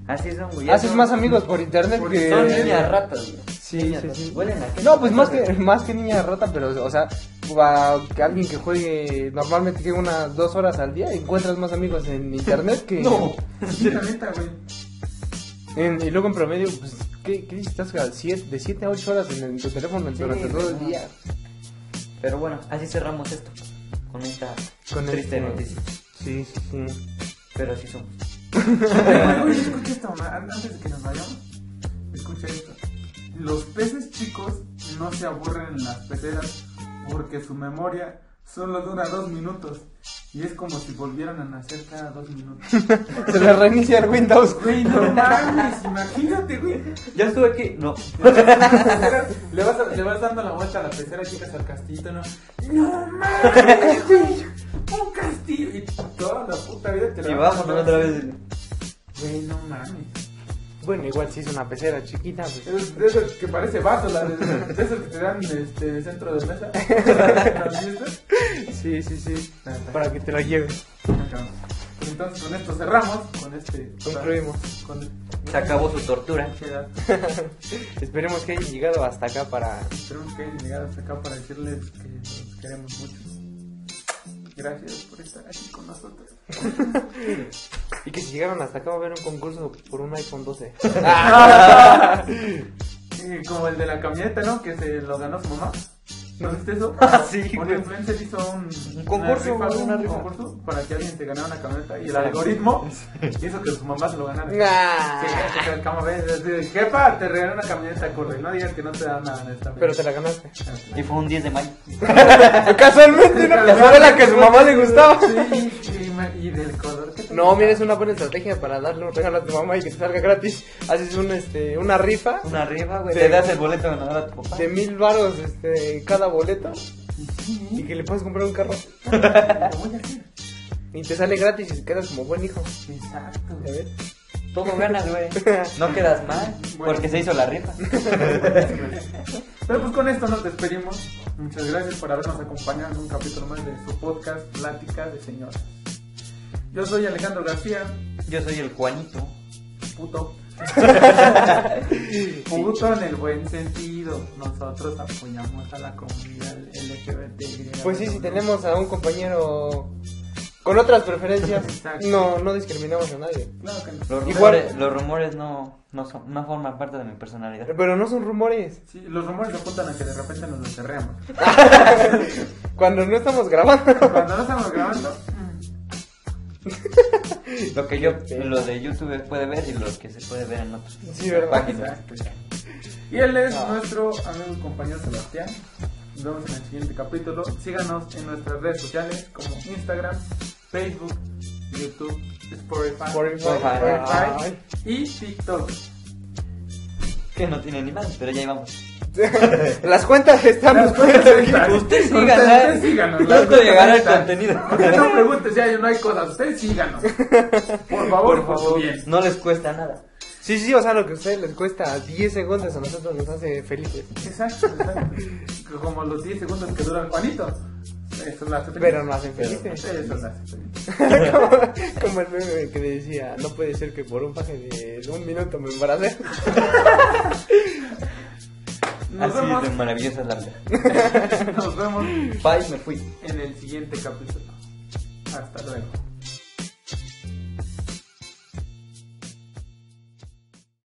Speaker 3: Así son, güey.
Speaker 2: haces más amigos
Speaker 3: amigos
Speaker 2: por internet
Speaker 1: Por-
Speaker 2: que...
Speaker 3: Son niñas ratas, güey.
Speaker 2: Sí,
Speaker 3: Niñas
Speaker 2: sí,
Speaker 3: ratas.
Speaker 2: sí.
Speaker 3: Huelen a queso.
Speaker 2: No, pues más que, más que niña rata, pero, o sea, a- que alguien que juegue normalmente que unas dos horas al día, encuentras más amigos en internet que...
Speaker 3: No.
Speaker 1: Sí, la neta, güey.
Speaker 2: En- y luego en promedio, pues, ¿qué, qué estás a siete- de 7 a 8 horas en, en tu teléfono
Speaker 3: Sí,
Speaker 2: durante todo el
Speaker 3: no.
Speaker 2: día?
Speaker 3: Pero bueno, así cerramos esto. Con esta
Speaker 2: Con
Speaker 3: triste
Speaker 2: este-
Speaker 3: noticia.
Speaker 2: Sí, sí, sí.
Speaker 3: Pero así somos.
Speaker 1: Güey, güey, escucha esto, ma- antes de que nos vayamos, escucha esto. Los peces chicos no se aburren en las peceras porque su memoria solo dura dos minutos. Y es como si volvieran a nacer cada dos minutos.
Speaker 2: Se le reinicia el Windows.
Speaker 1: Güey, no mames, imagínate, güey.
Speaker 3: Ya estuve aquí. No.
Speaker 1: Le vas, a- le vas dando la vuelta a la pecera, llegas al castillito, ¿no? ¡No mames, güey! ¡Un castillo! Y toda la puta vida te la
Speaker 3: Y
Speaker 1: vas
Speaker 3: vamos
Speaker 1: dando.
Speaker 3: otra vez.
Speaker 1: Güey, no mames.
Speaker 2: Bueno, igual si es una pecera chiquita, pues.
Speaker 1: Es de esas que parece vaso, la de, de esas que te dan este, de centro de mesa. ¿Las viste?
Speaker 2: Sí, sí, sí.
Speaker 1: Ah, está.
Speaker 2: Para que te la lleves.
Speaker 1: Pues entonces con esto cerramos, con este...
Speaker 2: Concluimos.
Speaker 1: Con
Speaker 3: Se acabó su tortura.
Speaker 2: Esperemos que hayan llegado hasta acá para.
Speaker 1: Esperemos que hayan llegado hasta acá para decirles que los queremos mucho. Gracias por estar aquí con nosotros.
Speaker 2: Y que si llegaron hasta acá va a haber un concurso por un iPhone 12.
Speaker 1: Y como el de la camioneta, ¿no? Que se lo ganó su mamá. ¿No viste eso?
Speaker 2: Ah, sí,
Speaker 1: Un
Speaker 2: güey.
Speaker 1: influencer hizo un,
Speaker 2: Un concurso,
Speaker 1: una rifa,
Speaker 2: güey, una
Speaker 1: un
Speaker 2: rifa.
Speaker 1: concurso para que alguien se ganara una camioneta y el
Speaker 2: Sí.
Speaker 1: algoritmo hizo que su mamá se lo ganara.
Speaker 2: Ah.
Speaker 1: Sí, que el cama ve, es decir, jefa, te regalé una camioneta, corre, no digas que no te dan nada en esta.
Speaker 2: Pero te la ganaste.
Speaker 3: Y fue un 10 de mayo.
Speaker 2: Casualmente, una persona a la que a su mamá le gustaba.
Speaker 1: Sí, y, me- y del color que te
Speaker 2: No, mira, es una buena estrategia para darle un regalo a tu mamá y que te salga gratis. Haces un, este, una rifa
Speaker 3: Una arriba, güey.
Speaker 2: Sí.
Speaker 3: Te das el boleto ganador a tu papá.
Speaker 2: de mil varos este, cada boleto y que le puedes comprar un carro.
Speaker 1: gustaba. Lo voy a hacer.
Speaker 2: Y te sale gratis y quedas como buen hijo.
Speaker 1: Exacto.
Speaker 2: A ver.
Speaker 3: Todo ganas, güey. No quedas mal
Speaker 1: Bueno.
Speaker 3: porque se hizo la rifa.
Speaker 1: Pero pues con esto nos despedimos. Muchas gracias por habernos acompañado en un capítulo más de su podcast Plática de Señoras. Yo soy Alejandro García,
Speaker 3: Yo soy el Juanito.
Speaker 1: puto. puto en el buen sentido. Nosotros apoyamos a la comunidad LGBT.
Speaker 2: Pues sí, si tenemos a un compañero con otras preferencias,
Speaker 1: Exacto.
Speaker 2: no, no discriminamos a nadie.
Speaker 1: Claro que no.
Speaker 3: Los
Speaker 2: Igual-
Speaker 3: rumores, los rumores no, no, son- no forman parte de mi personalidad.
Speaker 2: Pero no son rumores.
Speaker 1: Sí, los rumores apuntan a que de repente nos desterremos.
Speaker 2: Cuando no estamos grabando.
Speaker 1: Cuando no estamos grabando,
Speaker 3: Lo que yo, lo de YouTube puede ver y lo que se puede ver en otras
Speaker 2: Sí, ¿verdad?
Speaker 3: páginas.
Speaker 1: Exacto. pues Y él es
Speaker 2: Ah.
Speaker 1: nuestro amigo y compañero Sebastián. Nos vemos en el siguiente capítulo. Síganos en nuestras redes sociales como Instagram, Facebook, YouTube, Spotify,
Speaker 2: Spotify.
Speaker 1: Spotify y TikTok.
Speaker 3: Que no tiene ni más, pero ya íbamos.
Speaker 2: Las cuentas están
Speaker 1: Las cuentas están.
Speaker 3: Usted
Speaker 1: Usted-
Speaker 3: síganos.
Speaker 1: usted síganos, las
Speaker 3: Tanto
Speaker 1: cuentas
Speaker 3: llegará el
Speaker 1: están.
Speaker 3: contenido.
Speaker 1: Usted no pregunte si hay o no hay cosas. Usted síganos. Por favor, por, su bien.
Speaker 3: no les cuesta nada.
Speaker 2: Sí, sí, o sea, lo que a ustedes les cuesta 10 segundos a nosotros nos hace felices.
Speaker 1: Exacto, exacto. Como los 10 segundos que dura el Juanito. Eso lo hace feliz.
Speaker 2: Pero no hacen felices.
Speaker 1: Eso lo hace feliz.
Speaker 2: como, como el meme que decía, no puede ser que por un paje de un minuto me embaracé.
Speaker 1: Nos
Speaker 3: Así
Speaker 1: vemos,
Speaker 3: de maravillosa es la vida.
Speaker 1: nos vemos
Speaker 3: Bye, me fui.
Speaker 1: en el siguiente capítulo. Hasta luego.